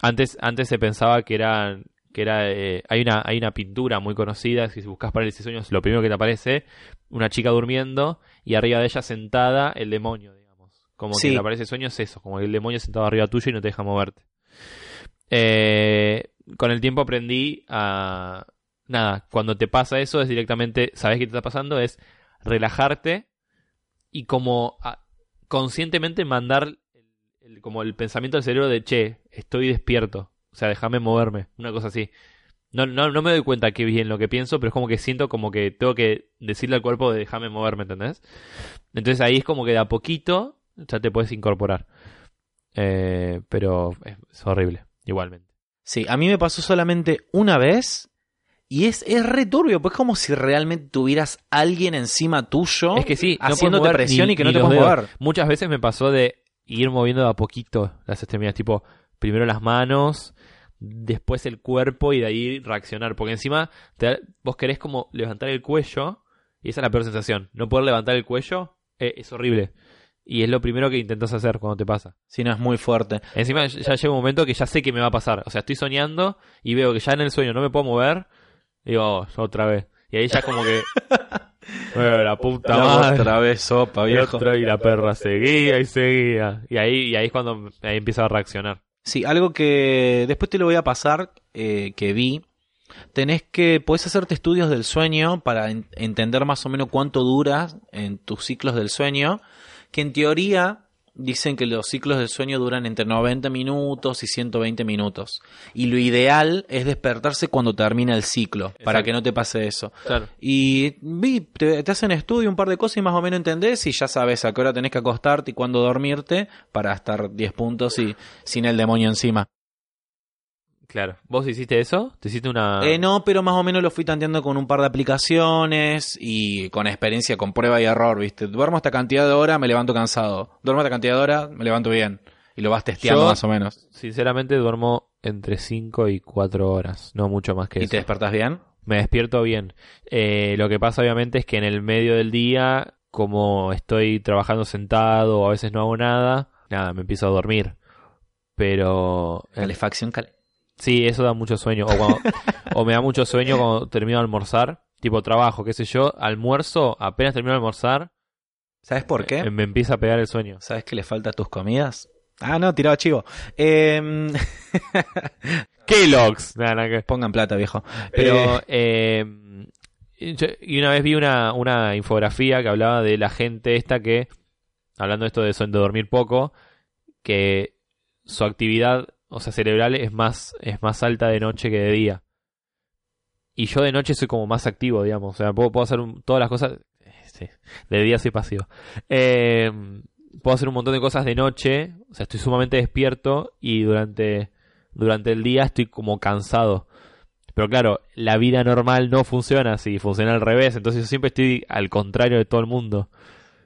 S1: Antes, antes se pensaba que era, que era eh, hay, una, hay una pintura muy conocida, que si buscas parálisis de sueños, lo primero que te aparece, una chica durmiendo y arriba de ella sentada el demonio, digamos. Como
S2: Sí.
S1: que la parálisis de sueños es eso, como que el demonio sentado arriba tuyo y no te deja moverte. Eh, con el tiempo aprendí a, nada, cuando te pasa eso es directamente, ¿sabes qué te está pasando? Es relajarte y como a- conscientemente mandar el- el- como el pensamiento al cerebro de, che, estoy despierto, o sea, déjame moverme, una cosa así. No, no, no me doy cuenta qué bien lo que pienso, pero es como que siento como que tengo que decirle al cuerpo de déjame moverme, ¿entendés? Entonces ahí es como que de a poquito ya te puedes incorporar. Eh, pero es- es horrible, igualmente.
S2: Sí, a mí me pasó solamente una vez y es, es re turbio, pues es como si realmente tuvieras alguien encima tuyo
S1: Es que sí, no
S2: haciéndote
S1: puedes mover
S2: presión
S1: ni-
S2: y que no
S1: ni
S2: te
S1: los
S2: puedes
S1: dedos.
S2: mover.
S1: Muchas veces me pasó de ir moviendo de a poquito las extremidades, tipo primero las manos, después el cuerpo y de ahí reaccionar, porque encima te da- vos querés como levantar el cuello y esa es la peor sensación, no poder levantar el cuello eh, es horrible. Y es lo primero que intentás hacer cuando te pasa.
S2: Si no es muy fuerte.
S1: Encima ya llega un momento que ya sé que me va a pasar. O sea, estoy soñando y veo que ya en el sueño no me puedo mover. Digo, "Oh, otra vez. Y ahí ya como que... "Eh, la puta madre.
S2: vez sopa,
S1: Y otro, y la perra seguía y seguía. Y ahí, y ahí es cuando ahí empieza a reaccionar.
S2: Sí, algo que después te lo voy a pasar, eh, que vi. Tenés que, podés hacerte estudios del sueño para en- entender más o menos cuánto dura en tus ciclos del sueño, que en teoría dicen que los ciclos del sueño duran entre 90 minutos y 120 minutos. Y lo ideal es despertarse cuando termina el ciclo, para
S1: Exacto.
S2: que no te pase eso.
S1: Claro.
S2: Y vi, te, te hacen estudio, un par de cosas y más o menos entendés y ya sabes a qué hora tenés que acostarte y cuándo dormirte para estar 10 puntos y sin el demonio encima.
S1: Claro. ¿Vos hiciste eso? ¿Te hiciste una...?
S2: Eh, no, pero más o menos lo fui tanteando con un par de aplicaciones y con experiencia, con prueba y error, ¿viste? Duermo esta cantidad de horas, me levanto cansado. Duermo esta cantidad de horas, me levanto bien. Y lo vas testeando
S1: Yo-
S2: más o menos.
S1: Sinceramente duermo entre 5 y 4 horas, no mucho más que
S2: ¿Y
S1: eso.
S2: te despertás bien?
S1: Me despierto bien. Eh, lo que pasa obviamente es que en el medio del día, como estoy trabajando sentado o a veces no hago nada, nada, me empiezo a dormir. Pero...
S2: Calefacción, cal-
S1: Sí, eso da mucho sueño. O, cuando- o me da mucho sueño cuando termino de almorzar. Tipo trabajo, qué sé yo. Almuerzo, apenas termino de almorzar,
S2: ¿Sabes por qué?
S1: eh, me empieza a pegar el sueño.
S2: ¿Sabes qué le falta a tus comidas? Ah, no, tirado chivo. Eh,
S1: Kellogg's. Nada, nada que-
S2: pongan plata, viejo. Pero
S1: Pero eh, yo- y una vez vi una, una infografía que hablaba de la gente esta que, hablando de esto de, so- de dormir poco, que su actividad, o sea, cerebral es más, es más alta de noche que de día. Y yo de noche soy como más activo, digamos. O sea, puedo, puedo hacer un- todas las cosas. sí, de día soy pasivo. Eh, puedo hacer un montón de cosas de noche. O sea, estoy sumamente despierto y durante, durante el día estoy como cansado. Pero claro, la vida normal no funciona así, funciona al revés, entonces yo siempre estoy al contrario de todo el mundo.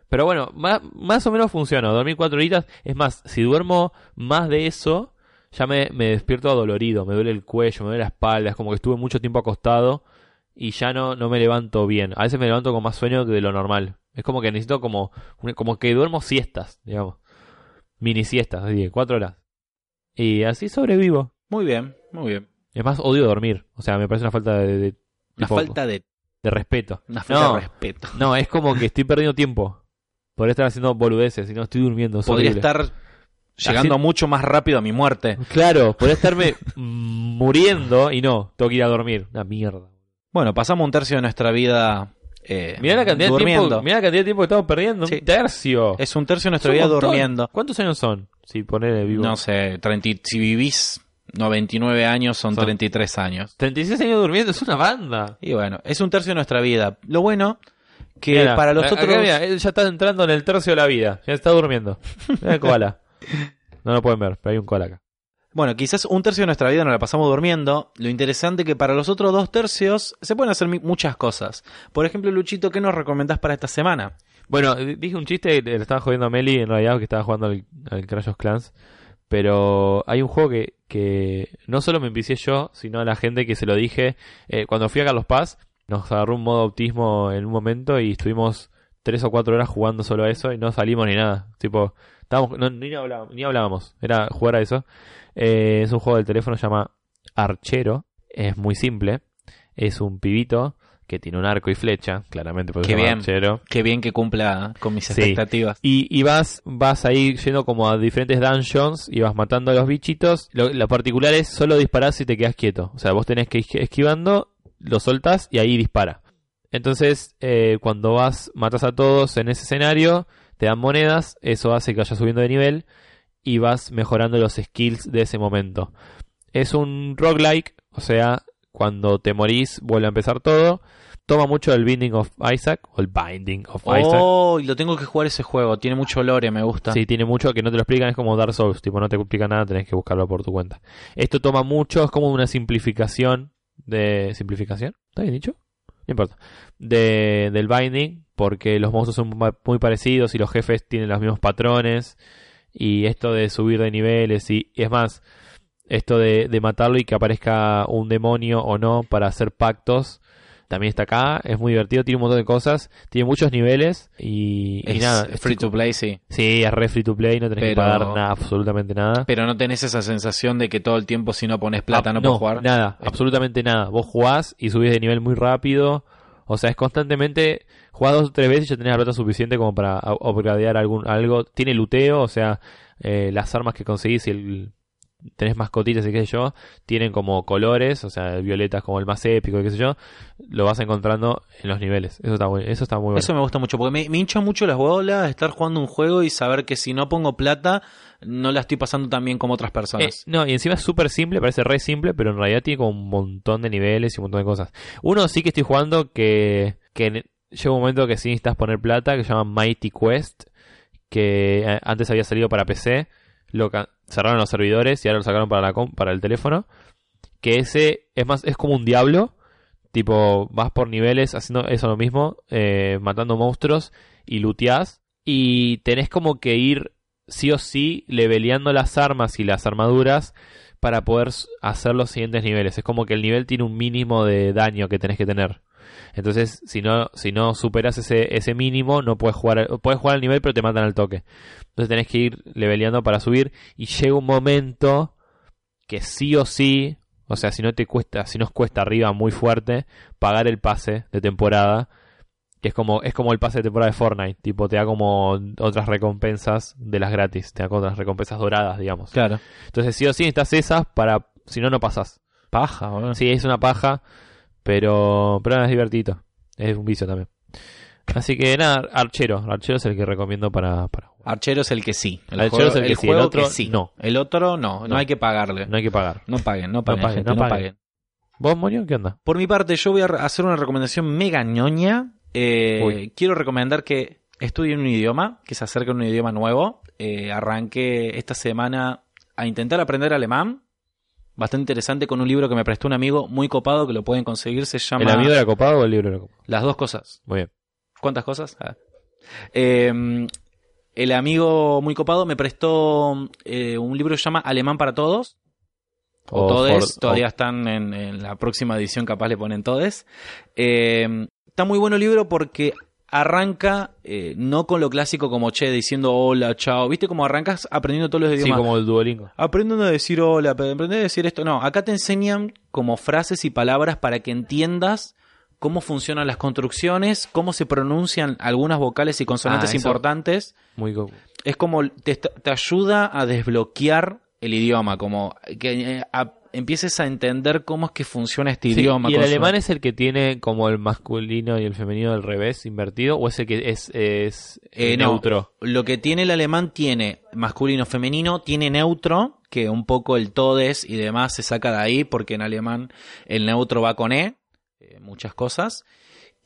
S1: Pero bueno, más, más o menos funciona, dormí cuatro horitas, es más, si duermo más de eso, ya me, me despierto adolorido, me duele el cuello, me duele la espalda, es como que estuve mucho tiempo acostado y ya no, no me levanto bien. A veces me levanto con más sueño que de lo normal. Es como que necesito como, una- como que duermo siestas, digamos. Mini siestas, así de cuatro horas. Y así sobrevivo.
S2: muy bien, muy bien.
S1: Es más, odio dormir. O sea, me parece una falta de, de-
S2: Una
S1: tipo,
S2: falta de,
S1: de respeto.
S2: una falta
S1: No.
S2: de respeto.
S1: No, es como que estoy perdiendo tiempo. Por estar haciendo boludeces y no estoy durmiendo. es
S2: Podría
S1: horrible.
S2: estar llegando mucho más rápido a mi muerte.
S1: Claro, podría estarme mm, muriendo y no, tengo que ir a dormir. Una mierda.
S2: Bueno, pasamos un tercio de nuestra vida eh,
S1: Mirá la cantidad, de
S2: durmiendo.
S1: tiempo, mirá la cantidad de tiempo que estamos perdiendo.
S2: Sí.
S1: Un tercio.
S2: Es un tercio de nuestra
S1: un
S2: vida
S1: montón.
S2: durmiendo.
S1: ¿Cuántos años son? Si ponele vivo.
S2: No sé, 30, y- si vivís 99 años son,
S1: Son.
S2: 33 años.
S1: 36 años durmiendo, es una banda.
S2: Y bueno, es un tercio de nuestra vida. Lo bueno que
S1: Mirá,
S2: para los
S1: acá,
S2: otros...
S1: mirá, él ya está entrando en el tercio de la vida. Ya está durmiendo. Mirá el koala. No lo pueden ver, pero hay un koala acá.
S2: Bueno, quizás un tercio de nuestra vida nos la pasamos durmiendo. Lo interesante que para los otros dos tercios se pueden hacer mi- muchas cosas. Por ejemplo, Luchito, ¿qué nos recomendás para esta semana?
S1: Bueno, di- dije un chiste, le le estaba jodiendo a Meli en realidad que estaba jugando al, al Clash of Clans. Pero hay un juego que, que no solo me empecé yo, sino a la gente que se lo dije. Eh, cuando fui a Carlos Paz, nos agarró un modo autismo en un momento y estuvimos tres o cuatro horas jugando solo a eso y no salimos ni nada. Tipo, estábamos, no, ni, hablábamos, ni hablábamos, era jugar a eso. Eh, es un juego del teléfono, se llama Archero. Es muy simple. Es un pibito que tiene un arco y flecha, claramente porque
S2: Qué
S1: se llama
S2: bien.
S1: Archero.
S2: Qué bien que cumpla con mis
S1: Sí.
S2: expectativas.
S1: Y, y vas, vas ahí yendo como a diferentes dungeons y vas matando a los bichitos. Lo, lo particular es solo disparás si te quedas quieto. O sea, vos tenés que ir esquivando, lo soltás y ahí dispara. Entonces, eh, cuando vas, matas a todos en ese escenario, te dan monedas, eso hace que vayas subiendo de nivel y vas mejorando los skills de ese momento. Es un roguelike, o sea, cuando te morís vuelve a empezar todo. Toma mucho el Binding of Isaac, o el Binding of Isaac.
S2: Oh, y lo tengo que jugar ese juego. Tiene mucho lore, me gusta.
S1: Sí, tiene mucho que no te lo explican, es como Dark Souls, tipo, no te explica nada, tenés que buscarlo por tu cuenta. Esto toma mucho, es como una simplificación de... ¿Simplificación? ¿Está bien dicho? No importa. De, del Binding, porque los monstruos son ma- muy parecidos y los jefes tienen los mismos patrones. Y esto de subir de niveles y, y es más, esto de, de matarlo y que aparezca un demonio o no para hacer pactos. También está acá, es muy divertido, tiene un montón de cosas, tiene muchos niveles y, y
S2: Es
S1: nada.
S2: free to play, sí.
S1: Sí, es re free to play, no tenés que
S2: Pero-
S1: pagar nada, absolutamente nada.
S2: Pero no tenés esa sensación de que todo el tiempo si no pones plata
S1: Ah,
S2: no, puedes jugar.
S1: Nada, absolutamente nada. Vos jugás y subís de nivel muy rápido. O sea, es constantemente jugás dos o tres veces y ya tenés la plata suficiente como para au- upgradear algún, algo. Tiene luteo, o sea, eh, las armas que conseguís y el, tenés mascotitas y qué sé yo, tienen como colores, o sea, el violeta es como el más épico y qué sé yo. Lo vas encontrando en los niveles. Eso está, bueno, eso está muy bueno.
S2: Eso me gusta mucho, porque me, me hincha mucho las bolas estar jugando un juego y saber que si no pongo plata, no la estoy pasando tan bien como otras personas.
S1: Eh, no, y encima es súper simple, parece re simple, pero en realidad tiene como un montón de niveles y un montón de cosas. Uno sí que estoy jugando que, que ne- llega un momento que sí necesitas poner plata, que se llama Mighty Quest, que eh, antes había salido para PC, lo ca- cerraron los servidores y ahora lo sacaron para, la com- para el teléfono. que ese es más, es como un diablo, tipo, vas por niveles haciendo eso lo mismo, eh, matando monstruos y luteás, y tenés como que ir sí o sí leveleando las armas y las armaduras para poder s- hacer los siguientes niveles. Es como que el nivel tiene un mínimo de daño que tenés que tener. Entonces, si no, si no superas ese, ese mínimo, no puedes jugar, al- puedes jugar al nivel, pero te matan al toque. Entonces tenés que ir leveleando para subir. Y llega un momento que sí o sí, o sea, si no te cuesta, si nos cuesta arriba muy fuerte, pagar el pase de temporada. Que es como, es como el pase de temporada de Fortnite. Tipo, te da como otras recompensas de las gratis. Te da como otras recompensas doradas, digamos.
S2: Claro.
S1: Entonces, sí o sí necesitas esas para. Si no, no pasas.
S2: Paja, boludo.
S1: Sí, es una paja, pero, pero nada, es divertido. Es un vicio también. Así que nada, Archero. Archero es el que recomiendo para, para jugar.
S2: Archero es el que sí. El
S1: Archero
S2: juego-
S1: es el que sí, el
S2: juego
S1: otro
S2: que sí.
S1: no.
S2: El otro no, no,
S1: No.
S2: hay que pagarle.
S1: No hay que pagar.
S2: No paguen, no paguen,
S1: paguen,
S2: gente,
S1: no
S2: no
S1: paguen.
S2: paguen.
S1: ¿Vos, Moño, qué onda?
S2: Por mi parte, yo voy a re- hacer una recomendación mega ñoña. Eh,
S1: Uy.
S2: quiero recomendar que estudien un idioma, que se acerquen a un idioma nuevo. Eh, arranqué esta semana a intentar aprender alemán. Bastante interesante con un libro que me prestó un amigo muy copado que lo pueden conseguir. Se llama
S1: ¿El amigo era copado o el libro era copado?
S2: Las dos cosas.
S1: Muy bien.
S2: ¿Cuántas cosas? Ah. Eh, el amigo muy copado me prestó eh, un libro que se llama Alemán para Todos. O,
S1: O
S2: Todes,
S1: for-
S2: todavía
S1: o-
S2: están en, en la próxima edición, capaz le ponen Todes. Eh, está muy bueno el libro porque arranca eh, no con lo clásico como che, diciendo hola, chao. ¿Viste cómo arrancas aprendiendo todos los
S1: Sí,
S2: idiomas?
S1: como el Duolingo.
S2: Aprendan a decir hola, aprenden a decir esto. No, acá te enseñan como frases y palabras para que entiendas cómo funcionan las construcciones, cómo se pronuncian algunas vocales y consonantes
S1: Ah, eso.
S2: importantes.
S1: Muy co-
S2: Es como te, est- te ayuda a desbloquear el idioma, como que eh, a- empieces a entender cómo es que funciona este
S1: Sí,
S2: idioma.
S1: ¿Y el
S2: con su-
S1: alemán es el que tiene como el masculino y el femenino al revés invertido? ¿O es el que es, es
S2: Eh, no.
S1: neutro?
S2: Lo que tiene el alemán tiene masculino, femenino, tiene neutro, que un poco el todes y demás se saca de ahí, porque en alemán el neutro va con E, eh, muchas cosas.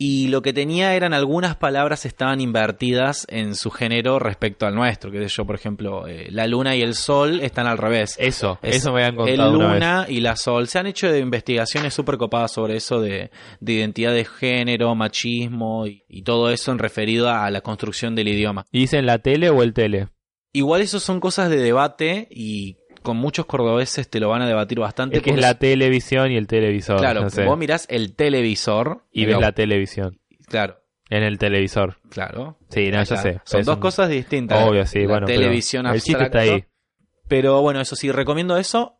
S2: Y lo que tenía eran algunas palabras estaban invertidas en su género respecto al nuestro, que yo, por ejemplo, eh, la luna y el sol están al revés.
S1: Eso,
S2: Es-
S1: eso me habían
S2: El
S1: contado una vez.
S2: luna y la sol. Se han hecho investigaciones súper copadas sobre eso de, de identidad de género, machismo y, y todo eso en referido a la construcción del idioma.
S1: ¿Y dicen la tele o el tele?
S2: Igual eso son cosas de debate y con muchos cordobeses te lo van a debatir bastante.
S1: Es que es
S2: porque-
S1: la televisión y el televisor.
S2: Claro,
S1: no sé.
S2: vos mirás el televisor
S1: y ves
S2: lo-
S1: la televisión.
S2: Claro,
S1: En el televisor.
S2: claro.
S1: Sí, no, Ah, ya
S2: Claro.
S1: sé.
S2: Son
S1: Es
S2: dos
S1: un-
S2: cosas distintas.
S1: Obvio, sí,
S2: la
S1: bueno. pero
S2: televisión
S1: el chiste
S2: abstracto.
S1: está ahí.
S2: Pero bueno, eso sí, recomiendo eso.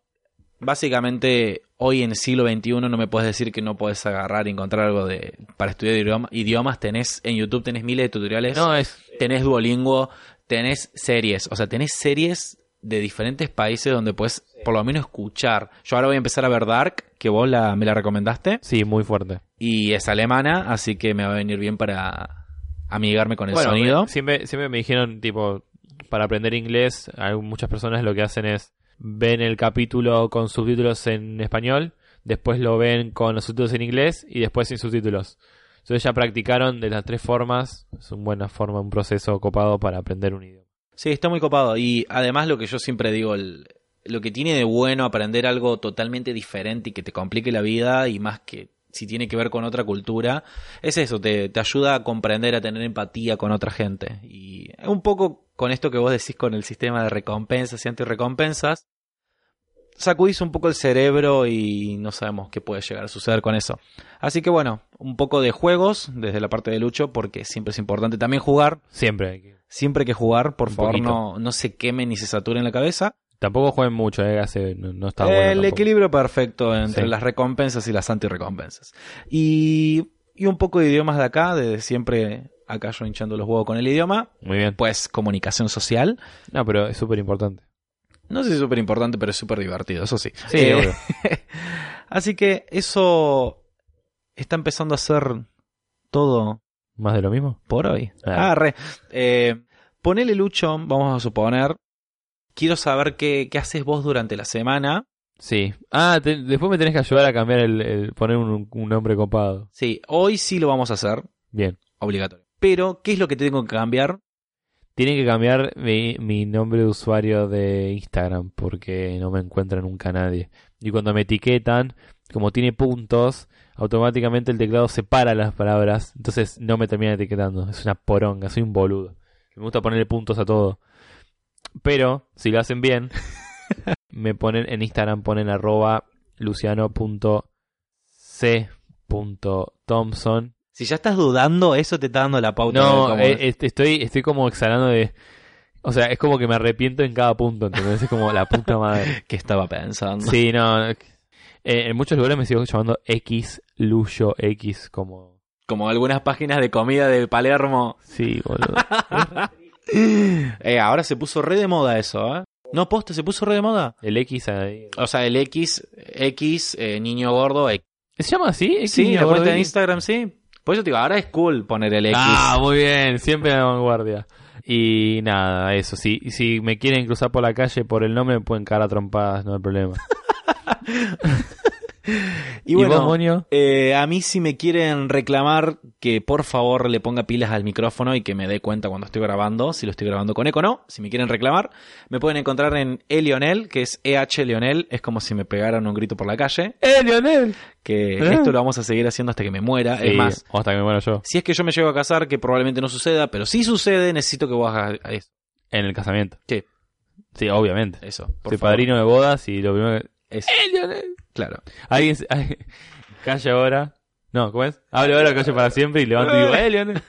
S2: Básicamente, hoy en el siglo XXI no me puedes decir que no puedes agarrar y encontrar algo de para estudiar idioma- idiomas. Tenés en YouTube tenés miles de tutoriales.
S1: No, es.
S2: tenés Duolingo, tenés series, o sea, tenés series de diferentes países donde puedes por lo menos escuchar. Yo ahora voy a empezar a ver Dark, que vos la, me la recomendaste,
S1: Sí, muy fuerte.
S2: y es alemana, así que me va a venir bien para amigarme con el
S1: Bueno,
S2: sonido.
S1: me- siempre, siempre me dijeron, tipo, para aprender inglés, hay muchas personas lo que hacen es ven el capítulo con subtítulos en español, después lo ven con los subtítulos en inglés y después sin subtítulos. Entonces ya practicaron de las tres formas. Es una buena forma, un proceso copado para aprender un idioma.
S2: Sí, está muy copado. Y además lo que yo siempre digo, el- lo que tiene de bueno aprender algo totalmente diferente y que te complique la vida y más que si tiene que ver con otra cultura, es eso, te, te ayuda a comprender, a tener empatía con otra gente. Y un poco con esto que vos decís con el sistema de recompensas y antirrecompensas, sacudís un poco el cerebro y no sabemos qué puede llegar a suceder con eso. Así que bueno, un poco de juegos desde la parte de Lucho, porque siempre es importante también jugar.
S1: Siempre. hay que-
S2: Siempre hay que jugar, por
S1: Un
S2: favor,
S1: poquito.
S2: no, no se quemen ni se saturen la cabeza.
S1: Tampoco jueguen mucho, eh, hace- no, no está bueno.
S2: el
S1: tampoco.
S2: equilibrio perfecto entre
S1: Sí.
S2: las recompensas y las antirrecompensas. Y, y un poco de idiomas de acá, de siempre acá yo hinchando los huevos con el idioma.
S1: Muy bien.
S2: Pues comunicación social.
S1: No, pero es súper importante.
S2: No sé si es súper importante, pero es súper divertido, eso sí.
S1: Sí,
S2: Eh,
S1: obvio.
S2: así que eso está empezando a ser todo
S1: ¿Más de lo mismo?
S2: por hoy.
S1: Ah.
S2: Ah, re. Eh, ponele Lucho, vamos a suponer. Quiero saber qué, qué haces vos durante la semana.
S1: Sí. Ah, te- después me tenés que ayudar a cambiar el. el- poner un, un nombre copado.
S2: Sí, hoy sí lo vamos a hacer,
S1: Bien.
S2: obligatorio. Pero, ¿qué es lo que tengo que cambiar?
S1: Tienen que cambiar mi, mi nombre de usuario de Instagram porque no me encuentra nunca nadie. y cuando me etiquetan, como tiene puntos, automáticamente el teclado separa las palabras, entonces no me termina etiquetando. Es una poronga, soy un boludo. Me gusta ponerle puntos a todo. Pero, si lo hacen bien, me ponen en Instagram, ponen arroba luciano.c.thompson.
S2: Si ya estás dudando, eso te está dando la pauta. de
S1: No,
S2: cómo
S1: eh,
S2: es.
S1: este, estoy, estoy como exhalando de... O sea, es como que me arrepiento en cada punto, entonces es como la puta madre.
S2: ¿Qué estaba pensando?
S1: Sí, no. no. Eh, en muchos lugares me sigo llamando X, Luyo X, como.
S2: Como algunas páginas de comida de Palermo.
S1: Sí, boludo.
S2: Eh, ahora se puso re de moda eso, ¿eh? No, posta, se puso re de moda.
S1: El X ahí.
S2: O sea, el X, X, eh, niño gordo, X.
S1: ¿Se llama así? X,
S2: Sí, la
S1: gordo,
S2: cuenta de
S1: X?
S2: Instagram, sí. Por eso te digo, ahora es cool poner el X.
S1: Ah, muy bien, siempre a la vanguardia. Y nada, eso. Si, si me quieren cruzar por la calle por el nombre, me pueden cara a trompadas, no hay problema.
S2: y bueno,
S1: vos, Moño?
S2: eh, a mí si me quieren reclamar que por favor le ponga pilas al micrófono y que me dé cuenta cuando estoy grabando, si lo estoy grabando con eco o no, si me quieren reclamar, me pueden encontrar en Elionel, que es EH Lionel, es como si me pegaran un grito por la calle,
S1: ¡Eh, Lionel!
S2: que
S1: ¿Eh?
S2: esto lo vamos a seguir haciendo hasta que me muera, es más,
S1: o hasta que me muera yo.
S2: si es que yo me llego a casar, que probablemente no suceda, pero si sucede, necesito que vos hagas eso.
S1: En el casamiento.
S2: Sí.
S1: Sí, obviamente.
S2: eso por
S1: Soy
S2: favor.
S1: padrino de bodas y lo primero que.
S2: Eso,
S1: ¡Eh, Lionel!
S2: claro.
S1: Alguien. se- ay, Calle ahora. No, ¿cómo es? Hable ahora, calle para siempre y levanto y digo, ¡eh, Lionel!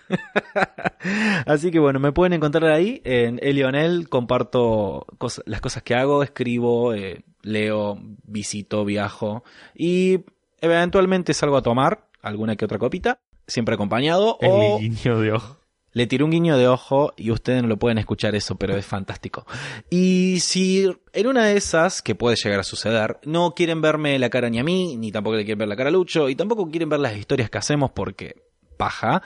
S2: Así que bueno, me pueden encontrar ahí en Elionel. Comparto cos- las cosas que hago, escribo, eh, leo, visito, viajo y eventualmente salgo a tomar alguna que otra copita, siempre acompañado. O
S1: El guiño de ojo.
S2: le tiré un guiño de ojo y ustedes no lo pueden escuchar eso, pero es fantástico. Y si en una de esas, que puede llegar a suceder, no quieren verme la cara ni a mí, ni tampoco le quieren ver la cara a Lucho, y tampoco quieren ver las historias que hacemos porque paja,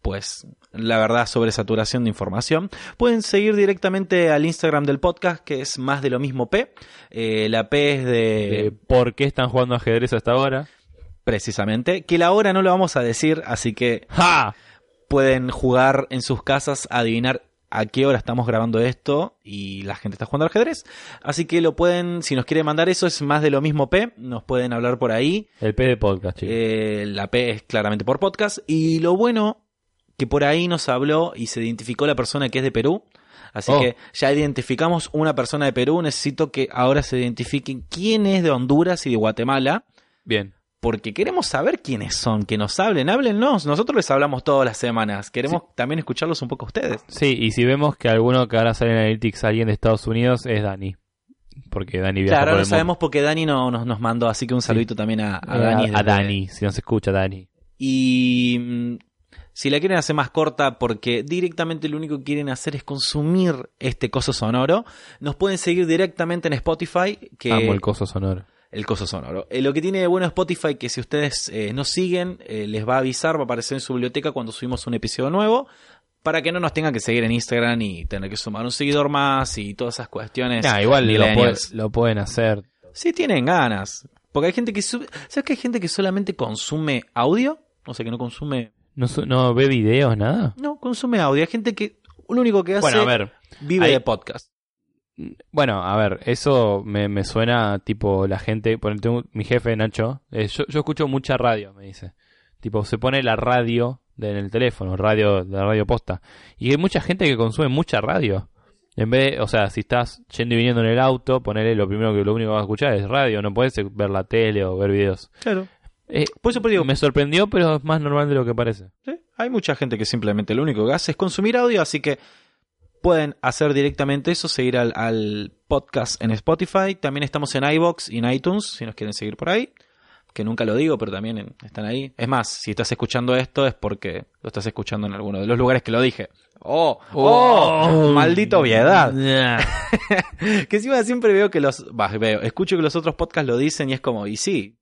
S2: pues la verdad sobre saturación de información, pueden seguir directamente al Instagram del podcast que es más de lo mismo P. Eh, la P es de
S1: Eh, ¿Por qué están jugando ajedrez hasta ahora?
S2: precisamente, que la hora no lo vamos a decir, así que
S1: ¡Ja!
S2: pueden jugar en sus casas, adivinar a qué hora estamos grabando esto y la gente está jugando al ajedrez. Así que lo pueden, si nos quieren mandar eso, es más de lo mismo P, nos pueden hablar por ahí.
S1: El P de podcast, chicos.
S2: Eh, la P es claramente por podcast. Y lo bueno, que por ahí nos habló y se identificó la persona que es de Perú. Así
S1: Oh.
S2: que ya identificamos una persona de Perú, necesito que ahora se identifiquen quién es de Honduras y de Guatemala
S1: Bien.
S2: porque queremos saber quiénes son, que nos hablen, háblennos. Nosotros les hablamos todas las semanas. Queremos también escucharlos un poco a ustedes.
S1: Sí, y si vemos que alguno que ahora sale en Analytics, alguien de Estados Unidos, es Dani. Porque Dani viaja
S2: claro,
S1: por
S2: ahora
S1: el
S2: sabemos porque Dani no, nos, nos mandó, así que un saludito también a, a
S1: mundo.
S2: Dani.
S1: Eh, A, a
S2: desde-
S1: Dani, si no se escucha Dani.
S2: Y mm, si la quieren hacer más corta, porque directamente lo único que quieren hacer es consumir este coso sonoro, nos pueden seguir directamente en Spotify, que
S1: Amo el coso sonoro.
S2: el coso sonoro. Eh, lo que tiene de bueno Spotify que si ustedes eh, nos siguen, eh, les va a avisar, va a aparecer en su biblioteca cuando subimos un episodio nuevo, para que no nos tengan que seguir en Instagram y tener que sumar un seguidor más y todas esas cuestiones.
S1: Nah, igual lo,
S2: millennials.
S1: puede- lo pueden hacer.
S2: Sí tienen ganas, porque hay gente que sube, ¿sabes que hay gente que solamente consume audio? O sea, que no consume,
S1: ¿No, su- no ve videos, nada?
S2: no consume audio, hay gente que lo único que hace
S1: Bueno, a ver.
S2: vive
S1: ahí-
S2: de podcast. Mm.
S1: Bueno, a ver, eso me, me suena tipo la gente, ponete un- mi jefe Nacho, eh, yo, yo escucho mucha radio, me dice. Tipo, se pone la radio de- en el teléfono, radio, la radio posta. Y hay mucha gente que consume mucha radio. En vez de, o sea, si estás yendo y viniendo en el auto, ponele lo primero que lo único que vas a escuchar es radio, no puedes ver la tele o ver videos.
S2: Claro.
S1: Eh,
S2: Por eso digo,
S1: me sorprendió, pero es más normal de lo que parece.
S2: Sí, Hay mucha gente que simplemente lo único que hace es consumir audio, así que pueden hacer directamente eso, seguir al, al podcast en Spotify. También estamos en iBox y en iTunes, si nos quieren seguir por ahí. Que nunca lo digo, pero también en- están ahí. Es más, si estás escuchando esto es porque lo estás escuchando en alguno de los lugares que lo dije. ¡Oh! ¡Oh! ¡Maldita obviedad!
S1: Nah.
S2: Que encima siempre veo que los. bah, veo, escucho que los otros podcasts lo dicen y es como, y sí,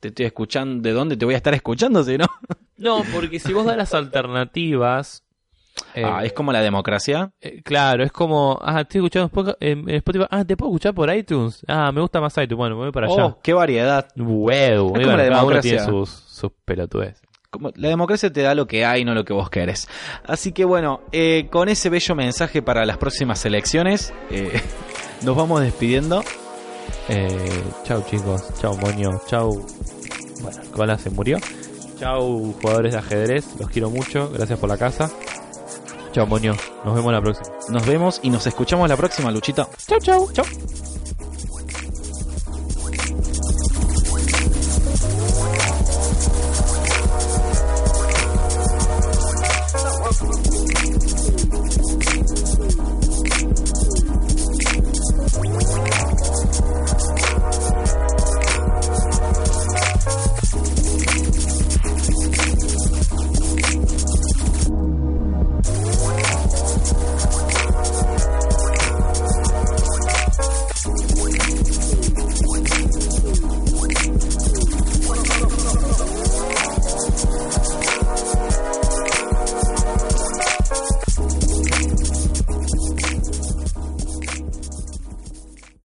S2: te estoy escuchando. ¿De dónde te voy a estar escuchando si no?
S1: No, porque si vos das las alternativas... eh,
S2: Ah, es como la democracia.
S1: Eh, claro, es como, ah, estoy escuchando Spoca- en en Spotify, ah, te puedo escuchar por iTunes, ah, me gusta más iTunes, bueno, me voy para allá.
S2: Oh, qué variedad.
S1: Wow,
S2: Es como la
S1: cada uno
S2: democracia.
S1: tiene sus, sus pelotudes.
S2: Como- La democracia te da lo que hay, no lo que vos querés. Así que bueno, eh, con ese bello mensaje para las próximas elecciones, eh, nos vamos despidiendo.
S1: Eh, chau chicos, chau moño, chau. Bueno, el koala se murió. Chau jugadores de ajedrez, los quiero mucho, gracias por la casa. Chau moño, nos vemos la próxima.
S2: Nos vemos y nos escuchamos la próxima, Luchito.
S1: Chau, chau, chau.